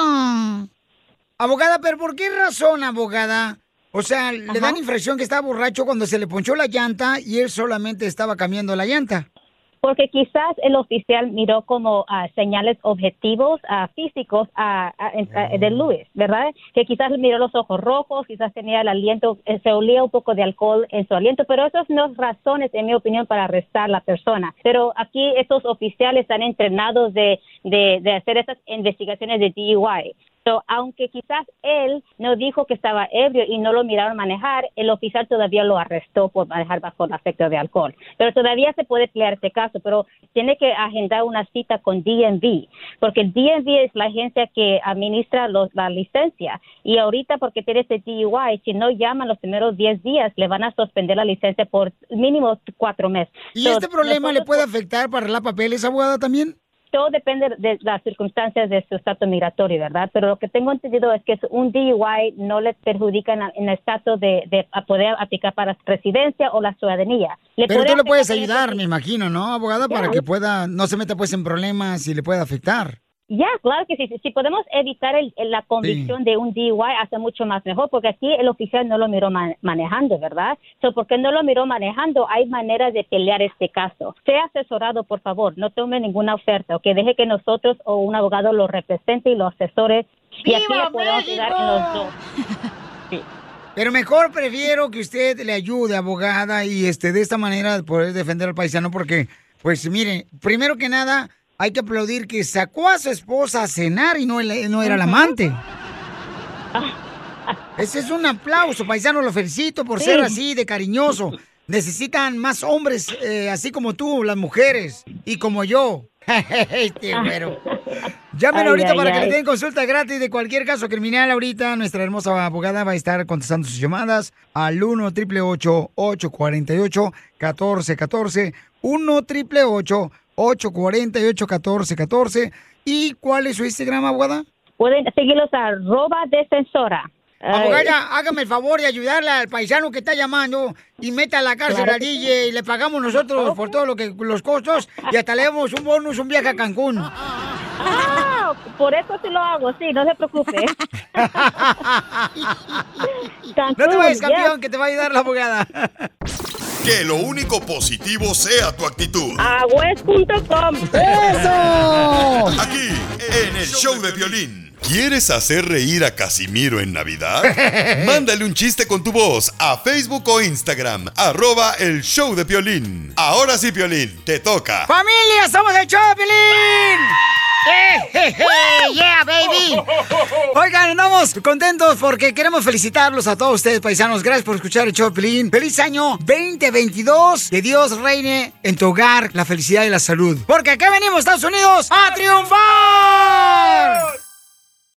mija? Abogada, pero ¿por qué razón, abogada? O sea, le dan infracción que estaba borracho cuando se le ponchó la llanta y él solamente estaba cambiando la llanta.
porque quizás el oficial miró como ah, señales objetivos ah, físicos ah, ah, en- ah, de Luis, ¿verdad? Que quizás miró los ojos rojos, quizás tenía el aliento, eh, se olía un poco de alcohol en su aliento, pero esas no son razones, en mi opinión, para arrestar a la persona. Pero aquí estos oficiales están entrenados de, de, de hacer esas investigaciones de DUI. So, aunque quizás él no dijo que estaba ebrio y no lo miraron manejar, el oficial todavía lo arrestó por manejar bajo el afecto de alcohol. Pero todavía se puede pelear este caso, pero tiene que agendar una cita con DNV, porque el DNV es la agencia que administra los- la licencia. Y ahorita, porque tiene este DUI, si no llaman los primeros 10 días, le van a suspender la licencia por mínimo cuatro meses.
¿Y
So,
este problema le
nosotros-
puede afectar para la papeles, abogada, también?
todo depende de las circunstancias de su estatus migratorio, ¿verdad? Pero lo que tengo entendido es que es un DUI no le perjudica en, la- en el estatus de, de a poder aplicar para residencia o la ciudadanía. Le
Pero
puede
tú le puedes
afectar en el-
ayudar, me imagino, ¿no, abogada? Para
Ya.
que pueda, no se meta pues en problemas y le pueda afectar.
Ya, claro que sí. Si, si podemos evitar el- el- la convicción de un DUI, hace mucho más mejor, porque aquí el oficial no lo miró ma- manejando, ¿verdad? So, ¿Por qué no lo miró manejando? Hay maneras de pelear este caso. Sea asesorado, por favor. No tome ninguna oferta, o que deje que nosotros o un abogado lo represente y lo asesore. Y aquí
¡Viva
le podemos ayudar en
México!
los dos.
Pero mejor prefiero que usted le ayude, abogada, y este de esta manera poder defender al paisano, porque, pues mire, primero que nada, hay que aplaudir que sacó a su esposa a cenar y no, el- no era el amante. Ese es un aplauso, paisano, lo felicito por ser
Sí.
así de cariñoso. Necesitan más hombres eh, así como tú, las mujeres, y como yo. (laughs) este güero. Llámenlo
Ay,
ahorita
ay,
para que
ay.
le den consulta gratis de cualquier caso criminal. Ahorita nuestra hermosa abogada va a estar contestando sus llamadas al 1 888 848 1414 1 888 848 1414 ¿Y cuál es su Instagram, abogada?
Pueden seguirlos a arroba defensora.
Abogada, hágame el favor de ayudarle al paisano que está llamando y meta a la cárcel
Claro
al
que sí.
DJ y le pagamos nosotros por todo lo que los costos y hasta le damos un bonus, un viaje a Cancún.
Ah, por eso sí lo hago, sí, no se preocupe.
(laughs)
eh.
No te vayas,
ya.
campeón, que te va a ayudar la abogada.
(laughs) Que lo único positivo sea tu actitud.
Agüez.com.
¡Eso!
Aquí, en el show de violín. ¿Quieres hacer reír a Casimiro en Navidad? Mándale un chiste con tu voz a Facebook o Instagram, arroba el show de violín. Ahora sí, violín, te toca.
¡Familia, somos el Choplin! ¡Eh, ¡Yeah, baby! Oigan, andamos contentos porque queremos felicitarlos a todos ustedes, paisanos. Gracias por escuchar el Choplin. ¡Feliz año 2022! Que Dios reine en tu hogar la felicidad y la salud. Porque acá venimos, Estados Unidos, a triunfar.